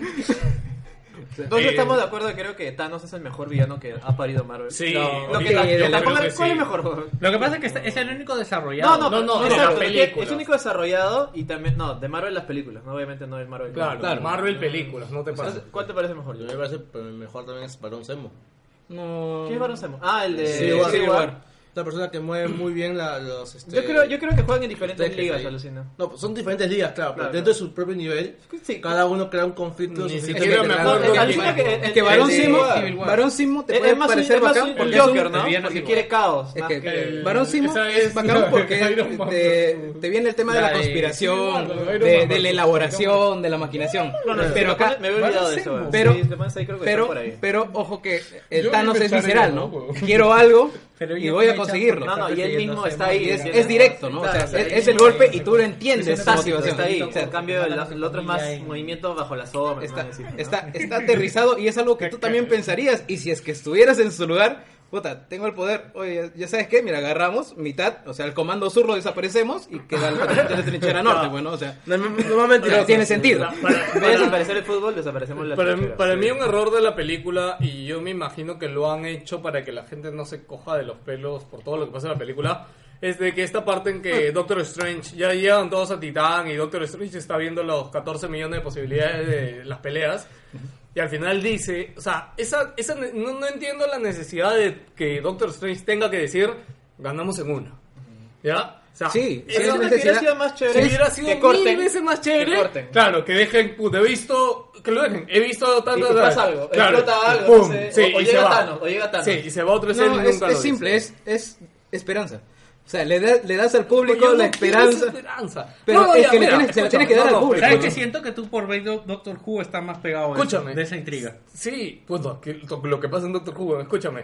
Entonces Eh, estamos de acuerdo, creo que Thanos es el mejor villano que ha parido Marvel. Sí, No, no, lo que sí, ta- de lo- la- ¿cuál- creo que ¿Cuál sí. es mejor? Lo que pasa es que está- es el único No, desarrollado. no, No, no, de exacto, las es que películas. Es único desarrollado y también. No, de Marvel las películas, no, obviamente no es Marvel. Claro, Claro. Marvel películas, no te pases. Entonces, ¿Cuál te parece mejor? Yo me parece pero mejor también es Barón Semo. No. ¿Qué Baron Zemo? Ah, el de Sí, Civil igual. War. Esta persona que mueve muy bien la- los. Este, Yo, creo, yo creo que juegan en diferentes tejes ligas, ahí. alucina. No, pues son diferentes ligas, claro, pero Claro. dentro de su propio nivel, Sí. cada uno crea un conflicto. Ni suficiente siquiera grande. me acuerdo No, de es- quién alucina que es- el- Es que Barón el de- Simo, Civil War. Barón Simo te Es- puede es más un- parecer es más bacán un porque es un- Joker, ¿no? villano Porque Civil quiere caos. Es más que, que- el- Barón Simo esa es, es- bacán porque Iron Man. te, te viene el tema de La la de- conspiración, sí, Iron de, Man. de la elaboración, de la maquinación. No, no, pero pero acá, me había olvidado de eso. Barón Simo. Pero, Pero- sí, además ahí creo que está pero, por ahí. pero ojo que eh, Yo Thanos me es pensaría, visceral, ¿no? ¿no? Quiero algo Pero y yo voy a me echan conseguirlo. por No, no, y él Está mismo persiguiendo está a ahí. Emma. Es, diciendo- es directo, ¿no? O sea, Claro, es, ahí es el golpe y tú lo entiendes, Está esa tácito, motivación. está ahí. O O sea, sea, en cambio, el, el otro es más ahí. movimiento bajo la sombra. Está, ¿no? Así, ¿no? está, está aterrizado y es algo que tú también pensarías. Y si es que estuvieras en su lugar, puta, tengo el poder. Oye, ya sabes qué, mira, agarramos mitad, o sea, el comando sur lo desaparecemos y queda la, la trinchera norte, bueno, o sea, No, no, no, no, mentiroso. tiene sentido. Para- Voy a para- desaparecer el fútbol, desaparecemos la Para, trinchera. para mí un error de la película y yo me imagino que lo han hecho para que la gente no se coja de los pelos por todo lo que pasa en la película es de que esta parte en que Doctor Strange ya llegan todos a Titán y Doctor Strange está viendo los 14 millones de posibilidades de las peleas y al final dice, o sea, esa, esa ne- no, no entiendo la necesidad de que Doctor Strange tenga que decir ganamos en una. ¿Ya? O sea, Sí, sí, esa- es Hubiera necesidad- sido más si chévere hubiera sido que mil corten. veces más chévere. Que corten. Claro, que dejen, puta, he visto, que lo dejen, he visto Y- y tanto. pasa algo, claro, explota algo, pum, entonces, sí, o, o y llega se va. Thanos, o llega Thanos. Sí, y se va a otro ser y no, es, nunca es lo simple, dice. es, es esperanza. O sea, le, da- le das al público Pues Yo no la quiero esperanza. esa esperanza. Pero No, es ya, que le mira, tienes- se la escúchame, tienes que dar no, al no, público. ¿Sabes pero- que siento que tú por ver Do- Doctor Who estás más pegado de, Escúchame. de esa intriga? Sí, pues lo que, lo que pasa en Doctor Who, bueno, escúchame.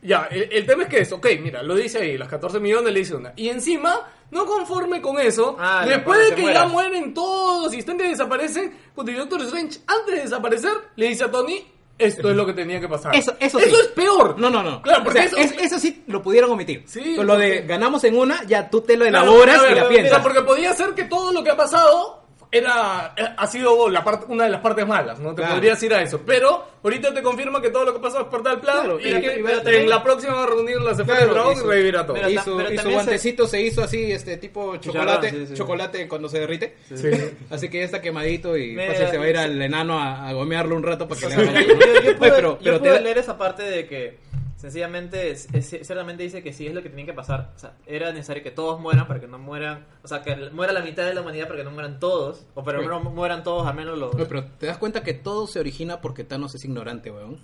Ya, el, el tema es que es, ok, mira, lo dice ahí, las 14 millones le dice una. Y encima, no conforme con eso, Ah, le después pone de que que muera. ya mueren todos y están que desaparecen, pues el Doctor Strange, antes de desaparecer, le dice a Tony, esto es lo que tenía que pasar. Eso- eso sí. es peor. No, no, no. Claro, porque O sea, eso... es- eso sí lo pudieron omitir. Sí, Con lo de porque- ganamos en una, ya tú te lo Claro, elaboras a ver, y la mira, piensas. porque podía ser que todo lo que ha pasado era eh, ha sido la parte una de las partes malas, ¿no? Te Claro. podrías ir a eso, pero ahorita te confirma que todo lo que pasó es parte del plan Claro, y, y- que y va a en tener- la próxima reunión las esferas del Claro, dragón y y su- revivirá todo. Pero y ta- su, pero y su también se- guantecito se... hizo así, este tipo chocolate, sí, sí. chocolate cuando se derrite. Sí. Así que ya está quemadito y Mira, fácil se va a ir sí. al enano a, a gomearlo un rato para que le yo, haga yo pude, Oye, pero, yo pero te pude da- leer esa parte de que sencillamente, es- es- ciertamente dice que sí es lo que tenía que pasar. O sea, era necesario que todos mueran para que no mueran. O sea, que muera la mitad de la humanidad para que no mueran todos. O para que no mueran todos, al menos los. Oye, pero te das cuenta que todo se origina porque Thanos es ignorante, weón.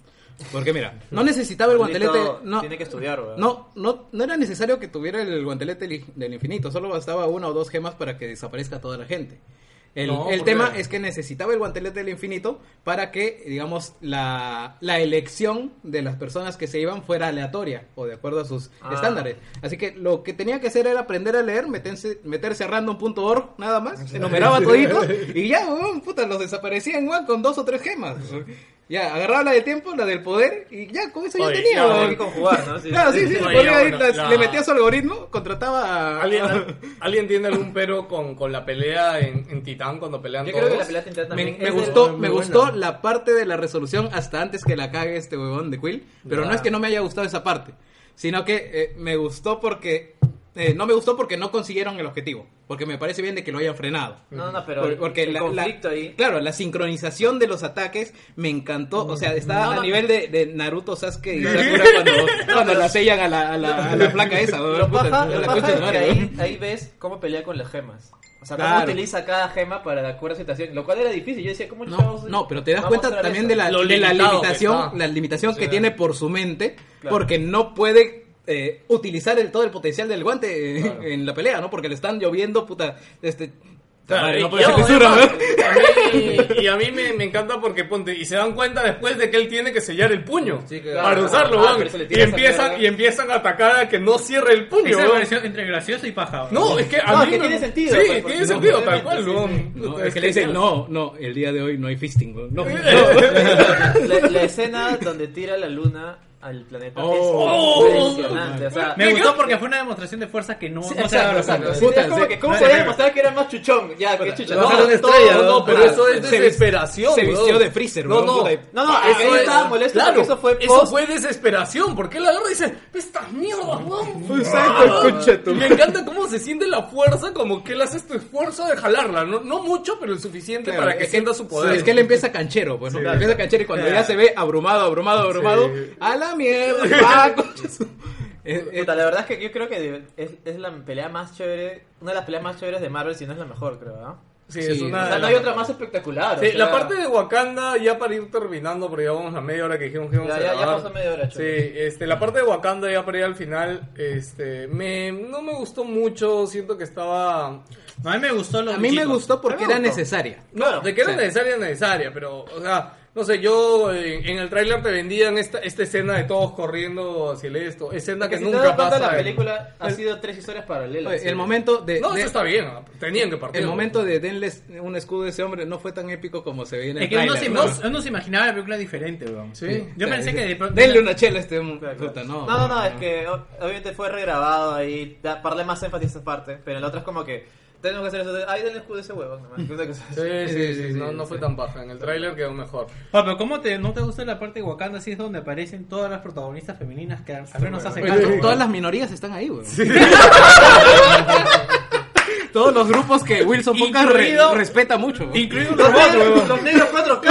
Porque mira, no necesitaba el guantelete. Maldito, No, Tiene que estudiar, weón. no, no, no era necesario que tuviera el guantelete del- del infinito. Solo bastaba una o dos gemas para que desaparezca toda la gente. El, No, el ¿por tema qué? es que necesitaba el guantelete del infinito para que, digamos, la, la elección de las personas que se iban fuera aleatoria o de acuerdo a sus Ah. estándares. Así que lo que tenía que hacer era aprender a leer, meterse, meterse a random.org, nada más, se numeraba todito y ya, weón, puta, los desaparecían, weón, con dos o tres gemas. Ya, agarraba la de tiempo, la del poder y ya, con eso ya Oye, tenía, ya, weón. Tiene que conjugar, ¿no? Sí. Claro, sí, sí, le, Oye, ponía ya, ahí bueno, las- la- le metía su algoritmo, contrataba a... ¿Alguien, ¿Alguien tiene algún pero con, con la pelea en, en Titán cuando pelean Yo todos? creo que la pelea central Me, también. me es de- gustó, muy me buena. gustó la parte de la resolución hasta antes que la cague este huevón de Quill. Pero no es que no me haya gustado esa parte, sino que eh, me gustó porque eh, no me gustó porque no consiguieron el objetivo. Porque me parece bien de que lo hayan frenado. No, no, pero. Por- porque el la- la- conflicto ahí. claro, la sincronización de los ataques me encantó. O sea, estaba No, a no. nivel de, de Naruto, Sasuke y Sakura cuando, cuando la sellan a la, a la, a la placa esa. huevón. Lo Puta, paja, la lo concha paja de es que madre, huevón. ahí, ahí ves cómo pelea con las gemas. O sea, cómo Claro. utiliza cada gema para la cuerda situación. Lo cual era difícil. Yo decía, ¿cómo No, chavos no, pero te das va a cuenta mostrar también eso? de la, Lo de la limitado que limitación, está. la limitación que Sí. tiene por su mente, Claro. porque no puede eh, utilizar el, todo el potencial del guante eh, en la pelea, ¿no? Porque le están lloviendo, puta, este... Claro, madre, y- no puede y- ser fisura, además, ¿no? a mí- y a mí me, me encanta porque ponte y se dan cuenta después de que él tiene que sellar el puño Sí, claro. para usarlo, Ah, weón. pero se le y tira esa empiezan mierda. y empiezan a atacar a que no cierre el puño. Esa weón. relación entre gracioso y paja. No, es que a No, mí es que me- tiene sentido, Sí, pues, porque tiene no, sentido tal obviamente, cual, sí, weón. No, es que le dicen, genial. no, no, el día de hoy no hay fisting, weón, no, no. La, la escena donde tira la luna al planeta Oh. es impresionante. O sea, Me Me gustó encanta. porque fue una demostración de fuerza que no, Sí, no se exacto, daba exacto. nunca. Sí, Puta, es como sí. que, ¿cómo No, podía no, demostrar que era más chuchón? Ya, que chucha. lo No, bajaron no, estrella, no, ¿no? no, pero eso es se vis- desesperación. se vistió weón. de freezer, No, weón, no, puta, y- No, no, ahí yo estaba molesto porque eso fue Eso post- fue desesperación, porque él agarra y dice, estas mierdas, weón. Exacto, concha tu- Y me encanta cómo se siente la fuerza, como que él hace este esfuerzo de jalarla, no, no mucho, pero el suficiente Claro, para que es sienta su poder. Es que él empieza canchero, pues, ¿no? empieza canchero y cuando ya se ve abrumado, abrumado, abrumado, a la mierda, ah, concha su- Eh, Es- es- Puta, la verdad es que yo creo que de- es, es la pelea más chévere, una de las peleas más chéveres de Marvel, si no es la mejor, creo, ¿no? Sí, es sí, una O de sea, no las- hay otra más espectacular. o Sí, Eh, la sea, parte de Wakanda, ya para ir terminando, porque ya vamos a media hora que dijimos que íbamos Ya, a ya, ya grabar. pasó media hora, Sí, chulo. este, la parte de Wakanda ya para ir al final, este, me, no me gustó mucho, siento que estaba... A mí me gustó lo a mí me bichitos. gustó porque me era gustó. necesaria. No, de que era necesaria, necesaria, pero, o sea, no sé, yo eh, en, el tráiler te vendían esta, esta escena de todos corriendo hacia el esto, escena Porque que si te das nunca pasa. cuenta, la en- Eh, película ha sido tres historias paralelas. Oye, sí. el momento de, No, de- eso está bien, ¿no? tenían que partir. el momento de denle un escudo a ese hombre no fue tan épico como se ve en el Es que uno se, tráiler, ima- uno se imaginaba la película diferente, weón. Sí. Yo O sea, pensé que de pronto. denle una chela a este Claro, puta, claro. no. no, no, no, es que o- obviamente fue regrabado ahí, da- parle más énfasis a esa parte, pero en la otra es como que tenemos que hacer eso, ay, denle el escudo a ese huevón nomás. Una cosa así. Sí, sí, sí, no, no fue tan baja, en el tráiler quedó mejor. Ah, pero ¿cómo te, no te gusta la parte de Wakanda? Si es donde aparecen todas las protagonistas femeninas que al al menos hacen Oye, caso. to- weón. todas las minorías están ahí, güey. Todos los grupos que Wilson Foca Incluido- respeta mucho. güey. Incluido los Los robots, negros- weón. los negros 4K,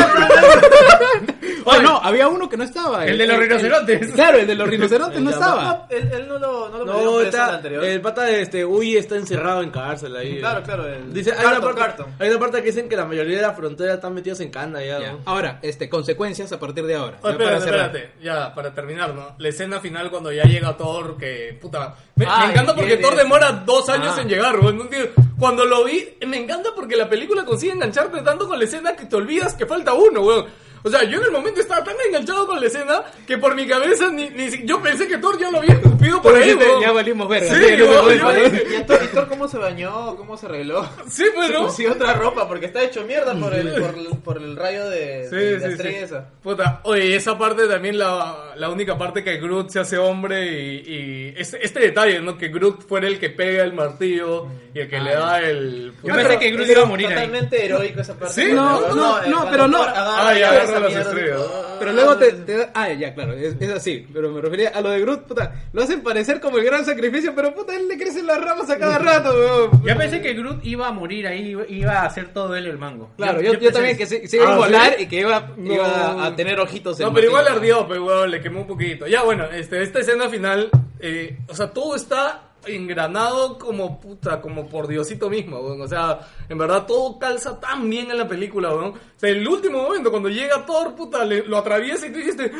Oh, no, había uno que no estaba. eh. El de los rinocerontes. Claro, el de los rinocerontes no No, estaba. él, él no lo no lo metieron No, preso en la está, anterior. el pata de este Uy está encerrado en cárcel ahí. Claro, claro. El... Dice, hay, Carton, una parte, Carton. hay una parte que dicen que la mayoría de la frontera están metidos en cana ya. Ya. ¿no? Ahora, este, consecuencias a partir de ahora. Oye, ya para espérate, cerrar. espérate, ya, para terminar, ¿no? La escena final cuando ya llega Thor, que puta. Me, me Ay, encanta porque bien, Thor bien. demora dos años Ah. en llegar, weón, no entiendo. Cuando lo vi, me encanta porque la película consigue engancharte tanto con la escena que te olvidas que falta uno, weón. O sea, yo en el momento estaba tan enganchado con la escena que por mi cabeza ni, ni si- yo pensé que Thor ya lo había escupido por Pero ahí, dijiste, weón. ya valimos Sí, verga. Sí, que no se weón, puede yo- salir. ¿Y Héctor, Héctor cómo se bañó? ¿Cómo se arregló? Sí, pues, ¿no? Sí, otra ropa, porque está hecho mierda por el, por el, por el rayo de, Sí, de la sí, estrella sí. esa. Puta, oye, esa parte también la, la única parte que Groot se hace hombre y, y este, este detalle, ¿no? Que Groot fuera el que pega el Mm. martillo y Ah, el que le da el... Yo pensé que Groot iba a morir ahí. Totalmente heroico esa parte. Sí, Cuando- no, no, eh, no, cuando pero no. Thor agarra Ah, Ay, y agarra esa con las mierda. estrellas. Pero luego te, te da- Ah, ya, claro, es, es así. Pero me refería a lo de Groot, puta. Lo hacen parecer como el gran sacrificio, pero puta, él le crecen las ramas a cada rato, weón. Ya pensé que Groot iba a morir ahí, iba- iba a hacer todo él el mango. Claro, yo, yo, pensé también que eso. se, se iba Ah, a ¿sí? volar y que iba, No. iba a tener ojitos en No, pero igual motivo. ardió, pero weón, le quemó un poquito. Ya, bueno, este, esta escena final, eh, o sea, todo está engranado como puta, como por Diosito mismo, weón. O sea, en verdad todo calza tan bien en la película, weón. O sea, el último momento, cuando llega Thor, puta, le- lo atraviesa y tú dijiste,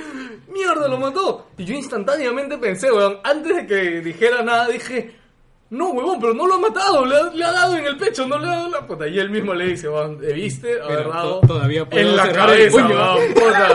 mierda, lo mató. Y yo instantáneamente pensé, weón, antes de que dijera nada, dije... No, huevón, pero no lo ha matado, le ha, le ha dado en el pecho, no le ha dado en la puta. Y él mismo le dice, weón, ¿viste? Pero Haber dado to- todavía puedo en la cerrar el cabeza, puño. weón, puta.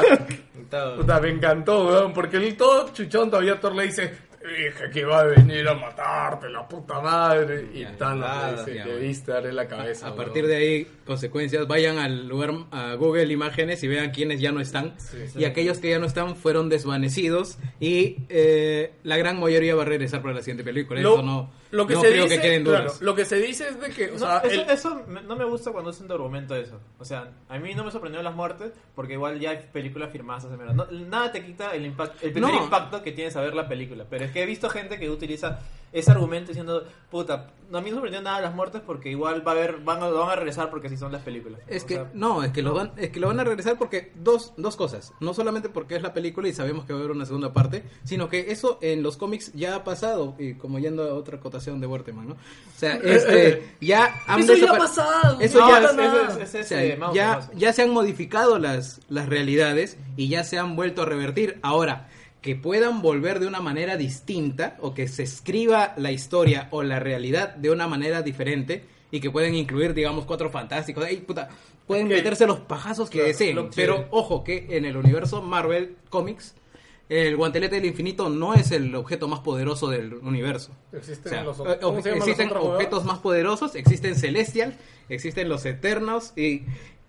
Puta, Puta, me encantó, weón, porque el todo chuchón todavía Thor le dice, "Te dije que iba a venir a matarte, la puta madre. Y Thanos nada, le dice, ya, te bueno. viste daré la cabeza. A weón". partir de ahí, consecuencias, vayan al lugar, a Google Imágenes y vean quiénes ya no están. Y aquellos que ya no están fueron desvanecidos y eh, la gran mayoría va a regresar para la siguiente película. Lo, Eso no, lo que no se creo dice, que queden claro, dudas. lo que se dice es de que, o No, sea, eso, el- eso me- no me gusta cuando hacen de argumento eso. O sea, a mí no me sorprendió las muertes porque igual ya hay películas firmadas hace menos. No, nada te quita el, impact- el primer No. impacto que tiene saber la película. Pero es que he visto gente que utiliza ese argumento diciendo, puta, no, a mí no me sorprendió nada las muertes porque igual va a haber, van, a, lo van a regresar porque así son las películas. Es O que, sea, no, es que, lo van, es que lo van a regresar porque dos, dos cosas. No solamente porque es la película y sabemos que va a haber una segunda parte, sino que eso en los cómics ya ha pasado. Y como yendo a otra acotación de Werteman, ¿no? O sea, este, ya han Eso ya ha desapar- pasado. Eso No, ya eso- eso nada. es- es O ese sea, Mouse ya, Mouse. ya se han modificado las, las realidades y ya se han vuelto a revertir. Ahora, que puedan volver de una manera distinta o que se escriba la historia o la realidad de una manera diferente y que pueden incluir, digamos, cuatro fantásticos. Ey, puta, pueden que- meterse los pajazos que claro, deseen. lo- sí. Pero ojo que en el universo Marvel Comics, el guantelete del infinito no es el objeto más poderoso del universo. existen O sea, los eh, ¿cómo se llaman los existen otros, weón? objetos más poderosos, existen Celestial, existen los Eternos y,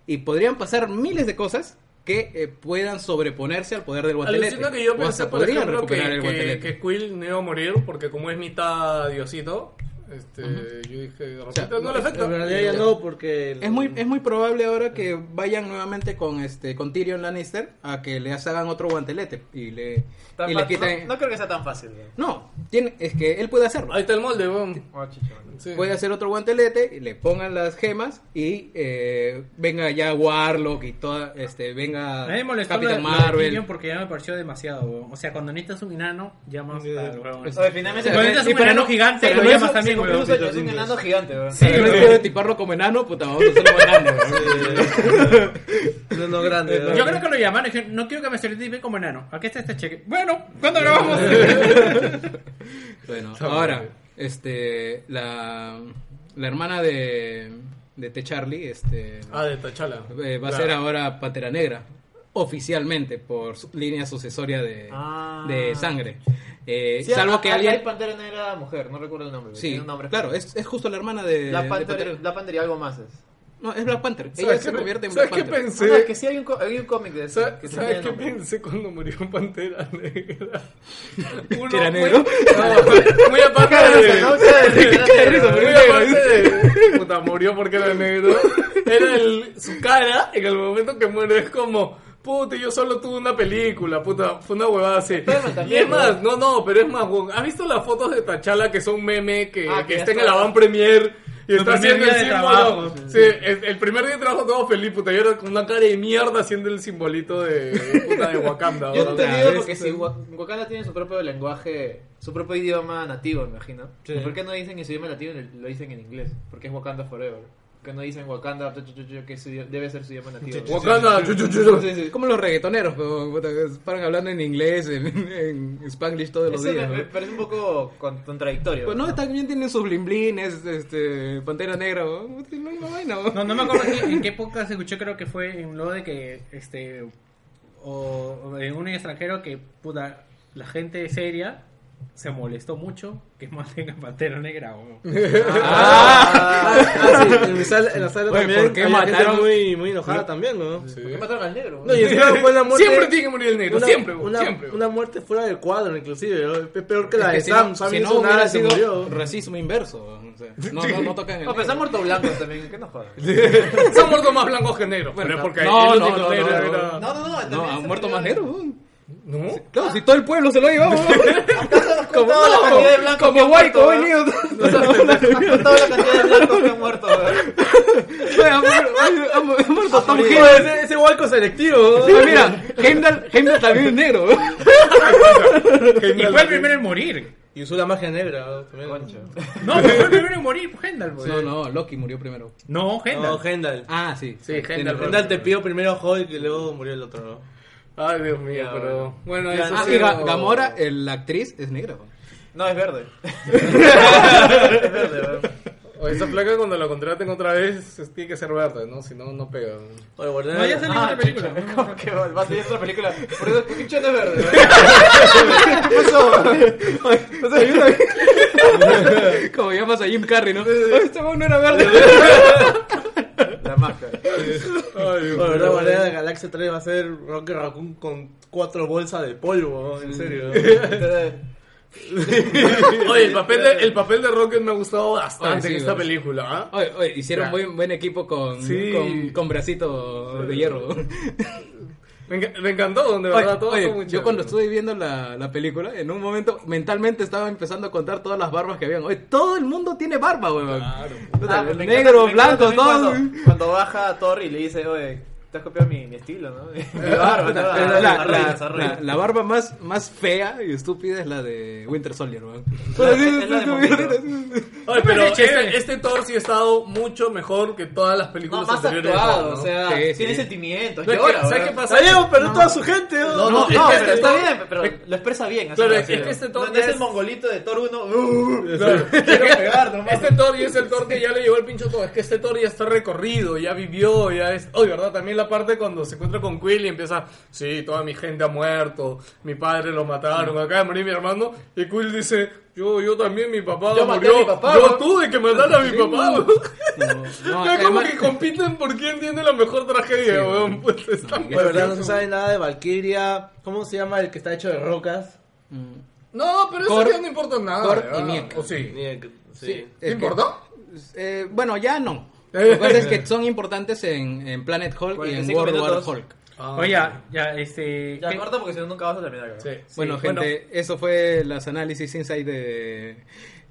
y podrían pasar miles de cosas que eh, puedan sobreponerse al poder del guantelete. Alucina que yo O pensé, hasta por podrían ejemplo, que, recuperar el que, guantelete. que Quill no iba a morir, porque como es mitad diosito, este, yo dije, de repente sea, no, le afecta. En realidad ya no, porque... el- Es muy, es muy probable ahora que vayan nuevamente con este con Tyrion Lannister a que le hagan otro guantelete y le, tan y le fa- quiten... no, No, no creo que sea tan fácil. ¿no? tiene, es que él puede hacerlo. Ahí está el molde, weón. Oh, chicho, bueno. Sí. Puede hacer otro guantelete, le pongan las gemas y eh, venga ya Warlock y toda, este, venga A mí me molestó Capitán la- la de Marvel. Tyrion porque ya me pareció demasiado, weón. O sea, cuando necesitas un enano, llamas al huevón. Oye, finalmente Pero se- necesitas Pues, eh, y un para enano no- gigante, se lo convierte- llamas se también, convierte- huevón. Es un enano gigante, weón. Sí, Pero weón. en vez de tiparlo como enano, puta, vamos a hacerlo enano. weón. No, no, grande. ¿no? Yo creo que lo llamaron y dijeron, no quiero que me estereotipen como enano. Aquí está este cheque. Bueno, ¿cuándo grabamos? Bueno, ahora, este, la, la hermana de, de T. Charlie, este, Ah, de Tachala. eh, va a ser ahora Patera Negra, oficialmente, por su- línea sucesoria de, Ah. de sangre. Eh, Sí, salvo hay- que hay- alguien... Hay pantera negra mujer, no recuerdo el nombre. Sí, tiene un nombre claro, este, eh, es, es justo la hermana de. La de Panther, Pantera. la Panther y algo más es. No, es Black Panther. Ella ¿Sabes se qué- convierte en Black ¿Sabes qué Panther. Ah, no, es pensé? que sí hay un, co- hay un cómic de eso. ¿Sabes, que sí sabes tiene qué nombre. pensé cuando murió Pantera Negra? Uno ¿Que era muy- negro? No, muy aparte de... ¿no? Qué risa, muy pero era aparte de- Puta, murió porque era negro. Era el, su cara, en el momento que muere, es como... Puta, yo solo tuve una película, puta, fue una huevada así. Spider-Man Y es también, más, no, no, pero es más, weón, ¿has visto las fotos de Tachala que son meme que, Ah, que que ya está en está. el avant premier y Su está primer haciendo el día de símbolo? trabajo. Sí, el, el primer día de trabajo todo feliz, puta, yo era con una cara de mierda haciendo el simbolito de puta de Wakanda. Yo ¿no? no te te digo digo porque esto. si Wa- Wakanda tiene su propio lenguaje, su propio idioma nativo, me imagino. Sí. ¿Y ¿Por qué no dicen en su idioma nativo y lo dicen en inglés? Porque es Wakanda Forever. ¿Por qué no dicen Wakanda, chu, chu, chu, chu, que es su idi- debe ser su idioma nativo? Wakanda, chu, chu, chu, chu. Sí, sí. Como los reggaetoneros, como, puta, que paran hablando en inglés, en, en spanglish todos los Eso me, días. me ¿no? parece un poco con- contradictorio. Pues no, también tienen sus blimblines, este, Pantera Negra, ¿no? Puta, no, no, vaina, ¿no? No, no me acuerdo en, en qué podcast escuché, creo que fue en lo de que, este, o, o en un extranjero que, puta, la gente seria se molestó mucho que maten a Pantera Negra, weón. Ah, sí, en, mi sala- en la sala Oye, también. ¿por qué había gente mataron? Muy, muy enojada también, ¿no? ¿Por qué mataron al negro? No, y encima fue la muerte. ¿Eh? Siempre tiene que morir el negro, una, siempre, bo, una, siempre. bo. una muerte fuera del cuadro, inclusive. ¿no? Es peor que la de Es que si Sam. no- Sam si no no hizo nada, hubiera se sido murió. racismo inverso. o sea, no, no, no tocan el No, pero se han muerto blancos también, que no jodas. Son muertos más blancos que negros. Bueno, no. porque No, el no, único no, negro no, era- No, no, no. también No, han se muerto murió- más negros. weón. ¿No? Claro, si todo el pueblo se lo ha llevado. weón. ¿Acaso has Como, contado la cantidad de blancos que como han White, muerto? como weón? News. ¿Has contado la cantidad de blancos que han muerto? weón? Ha muerto- ha mu- ha muerto Tom Oye, Hiddleston. ese, ese hueco selectivo. Sí, Mira, Heimdall, Heimdall también es negro. weón. Y fue el primero en morir. Y usó la magia negra. ¿no? También. No, pero fue el primero en morir, Hendal, No, no, Loki murió primero. No, Hendal. No, Hendal. Ah, sí. Sí, Hendal. Hendal te pidió primero Hulk y luego murió el otro, ¿no? Ay, Dios mío, pero... Bueno, eso Ah, sí y Ga- lo- Gamora, eh, la actriz, es negra. weón. No, es verde. es verde, weón. O esa placa cuando la contraten otra vez es- tiene que ser verde, ¿no? Si no, no pega. Oye, guardé- No, ya salió Ah, otra película. chucha, ¿Cómo que va a salir otra película? Por eso, ¿qué pinche no es verde? weón? ¿Qué pasó? O sea, yo la- Como llamas a Jim Carrey, ¿no? Ay, Este weón no era verde. La máscara. Bueno, la guardiana de la Galaxia 3 va a ser Rocket Raccoon con cuatro bolsas de polvo, ¿no? en serio. Oye, el papel, de, el papel de Rocket me ha gustado bastante Ay, sí, en esta güey. película, ¿ah? Oye, oye, hicieron Ya. buen, buen equipo con, Sí. con, con bracito de hierro. Me, enca- me encantó, de Oye, verdad, todo oye, fue muy yo chévere. cuando estuve viendo la, la película, en un momento mentalmente estaba empezando a contar todas las barbas que habían. Oye, todo el mundo tiene barba, weón. Puta, Ah, me encanta- negros, me encanta blancos, también todos. Cuando, cuando baja a Torre y le dice, oye, te has copiado mi, mi estilo, ¿no? Mi barba, ¿no? Ah, La, la- Arruinas, arruinas, la- arruinas. la- la barba más, más fea y estúpida es la de Winter Soldier, weón. Es la de Montero. Oye, pero Me parece este, chévere. este Thor sí ha estado mucho mejor que todas las No, películas más anteriores. de Thor, actuado, ¿no? o sea, Sí, sí. tiene sentimientos. No, es que, llora, ¿Sabes weón. qué pasa? Salió, pero toda su gente, ¿no? No, No, no, no, es que pero este está Thor- bien, pero lo expresa bien. así, Claro, o es que sea, este no, Thor no es es- el mongolito de Thor 1. "Uh, Claro. quiero pegar nomás". Este Thor y es el Thor que ya le llevó el pincho todo. Es que este Thor ya está recorrido, ya vivió, ya es. Oye, ¿verdad? También la parte cuando se encuentra con Quill y empieza. Sí, toda mi gente ha muerto, mi padre lo mataron, acá de morir mi hermano. Y Quill dice: Yo, yo también, mi papá Yo maté a murió. mi papá, yo ¿no?" tuve que matar a mi papá. ¿no? No, es como además- que compiten por quién tiene la mejor tragedia, weón. Pues está. Oye, ¿verdad? No se sabe nada de Valkyria. ¿Cómo se llama el que está hecho de rocas? No, pero eso Cor- ya no importa nada. Cor y ¿verdad? Miek. ¿O sí? Ni- Sí. ¿Te Es que- importó? Eh, bueno, ya no. Lo Eh. que pasa es que son importantes en, en Planet Hulk y en 45 World War minutos. Hulk. Oye, ya, ya, este. Ya ¿qué- corta porque si no nunca vas a terminar. weón. Sí, sí. bueno, gente, eso fue las análisis inside de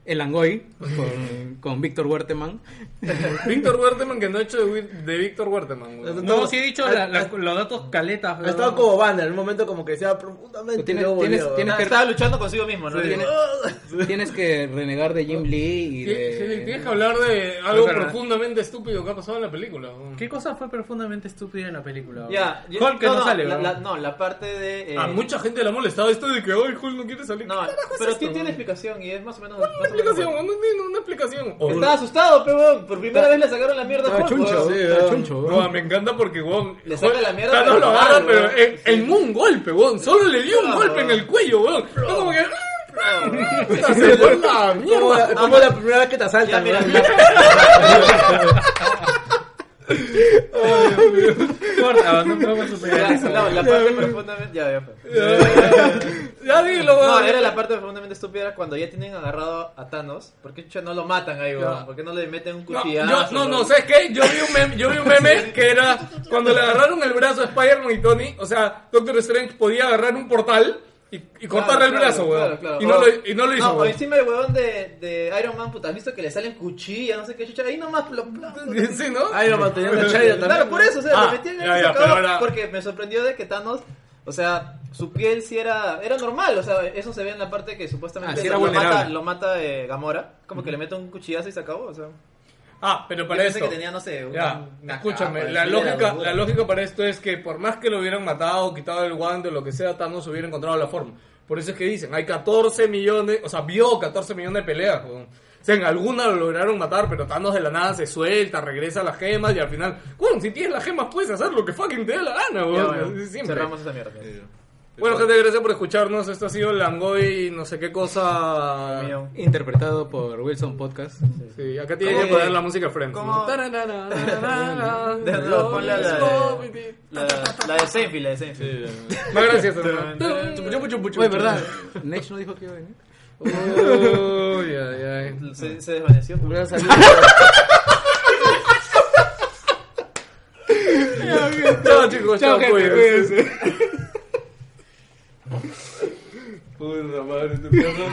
El Angoy con, con Víctor Huerteman. Víctor Werteman, que no he hecho de, Wi- de Víctor Werteman. weón. No, sí he dicho la- la- los datos caletas. Ha estado como Banner en un momento como que decía profundamente. Tienes- luego tienes- volvió, tienes- ¿no? Ah, Estaba luchando consigo mismo, ¿no? Tienes, tienes que renegar de Jim Lee y Tienes de... sí, tienes que hablar de algo verdad. profundamente estúpido que ha pasado en la película. weón. ¿Qué cosa fue profundamente estúpida en la película? Ya, yo- Hulk que no, sale, la, weón. la- no, la parte de. eh, A mucha gente le ha molestado esto de que hoy Hulk no quiere salir. No, ¿Qué carajo es pero esto, sí tiene weón? explicación y es más o menos. Una explicación, weón, no tiene una explicación. O- Estaba asustado, pero por primera vez le sacaron la mierda a Estaba Hulk. chuncho, weón. estaba chuncho. Ah, No, me encanta porque, weón. Le saca Hulk- la mierda Thanos lo al agarra, rival, pero weón. en, en un golpe, weón. Solo le dio un Claro, golpe en weón. el cuello, weón. No, como que. Puta, Se fue la Como mierda. la- como la primera vez que te Ya, asaltan. mira, ¿no? Corta, no tengo que superar la, eso. la- la parte profundamente. Ya, ya fue. Ya dilo, No, weón. era la parte profundamente estúpida era cuando ya tienen agarrado a Thanos. ¿Por qué chucha no lo matan ahí, weón? ¿Por qué no le meten un No, cuchillazo? yo- no, no, weón? ¿sabes qué? Yo vi un meme, yo vi un meme que era cuando le agarraron el brazo a Spider-Man y Tony, o sea, Doctor Strange podía agarrar un portal y, y cortarle el Claro, brazo, claro, weón. claro, Y, no claro. lo, y no lo hizo, No, por weón. encima el weón de, de Iron Man, puta, has visto que le salen cuchillas, no sé qué chucha. Ahí nomás, lo, Sí, ¿no? Ay, lo mantenían en China también. Claro, por eso, o sea, Ah, lo metían en ya, el ya, sacado pero ahora- porque me sorprendió de que Thanos, o sea, su piel sí era, era normal, o sea, eso se ve en la parte que supuestamente Ah, sí lo, era lo mata, vulnerable. lo mata eh, Gamora, como que le mete un cuchillazo y se acabó, o sea. Ah, pero yo para pensé esto. que tenía, no sé, un- Ya, una escúchame, capa, la sí, lógica, dura. la lógica para esto es que por más que lo hubieran matado, quitado el guante o lo que sea, Thanos hubiera encontrado la forma. Por eso es que dicen, hay 14 millones, o sea, vio 14 millones de peleas. weón. O sea, en alguna lo lograron matar, pero Thanos de la nada se suelta, regresa a las gemas y al final, bueno, si tienes las gemas puedes hacer lo que fucking te dé la gana, Ya, weón. bueno, Siempre. cerramos esa mierda. Bueno, gente, gracias por escucharnos. Esto ha sido Langoy, no sé qué cosa. Mío. Interpretado por Wilson Podcast. Sí, acá tiene ¿Cómo? que poner la música Friends. ¿Cómo? ¿no? Tarararararara. De verdad, ponle la de- La, la de Seinfeld, la de Seinfeld. No, gracias. hermano. Chupu, chupu, chupu, Oye, chupu. ¿verdad? Next no dijo que iba a venir. Uy, ay, ay. Se, se desvaneció. Un gran saludo. Chao, chicos. Chao, gente, cuídense. Puta madre, te pierdo.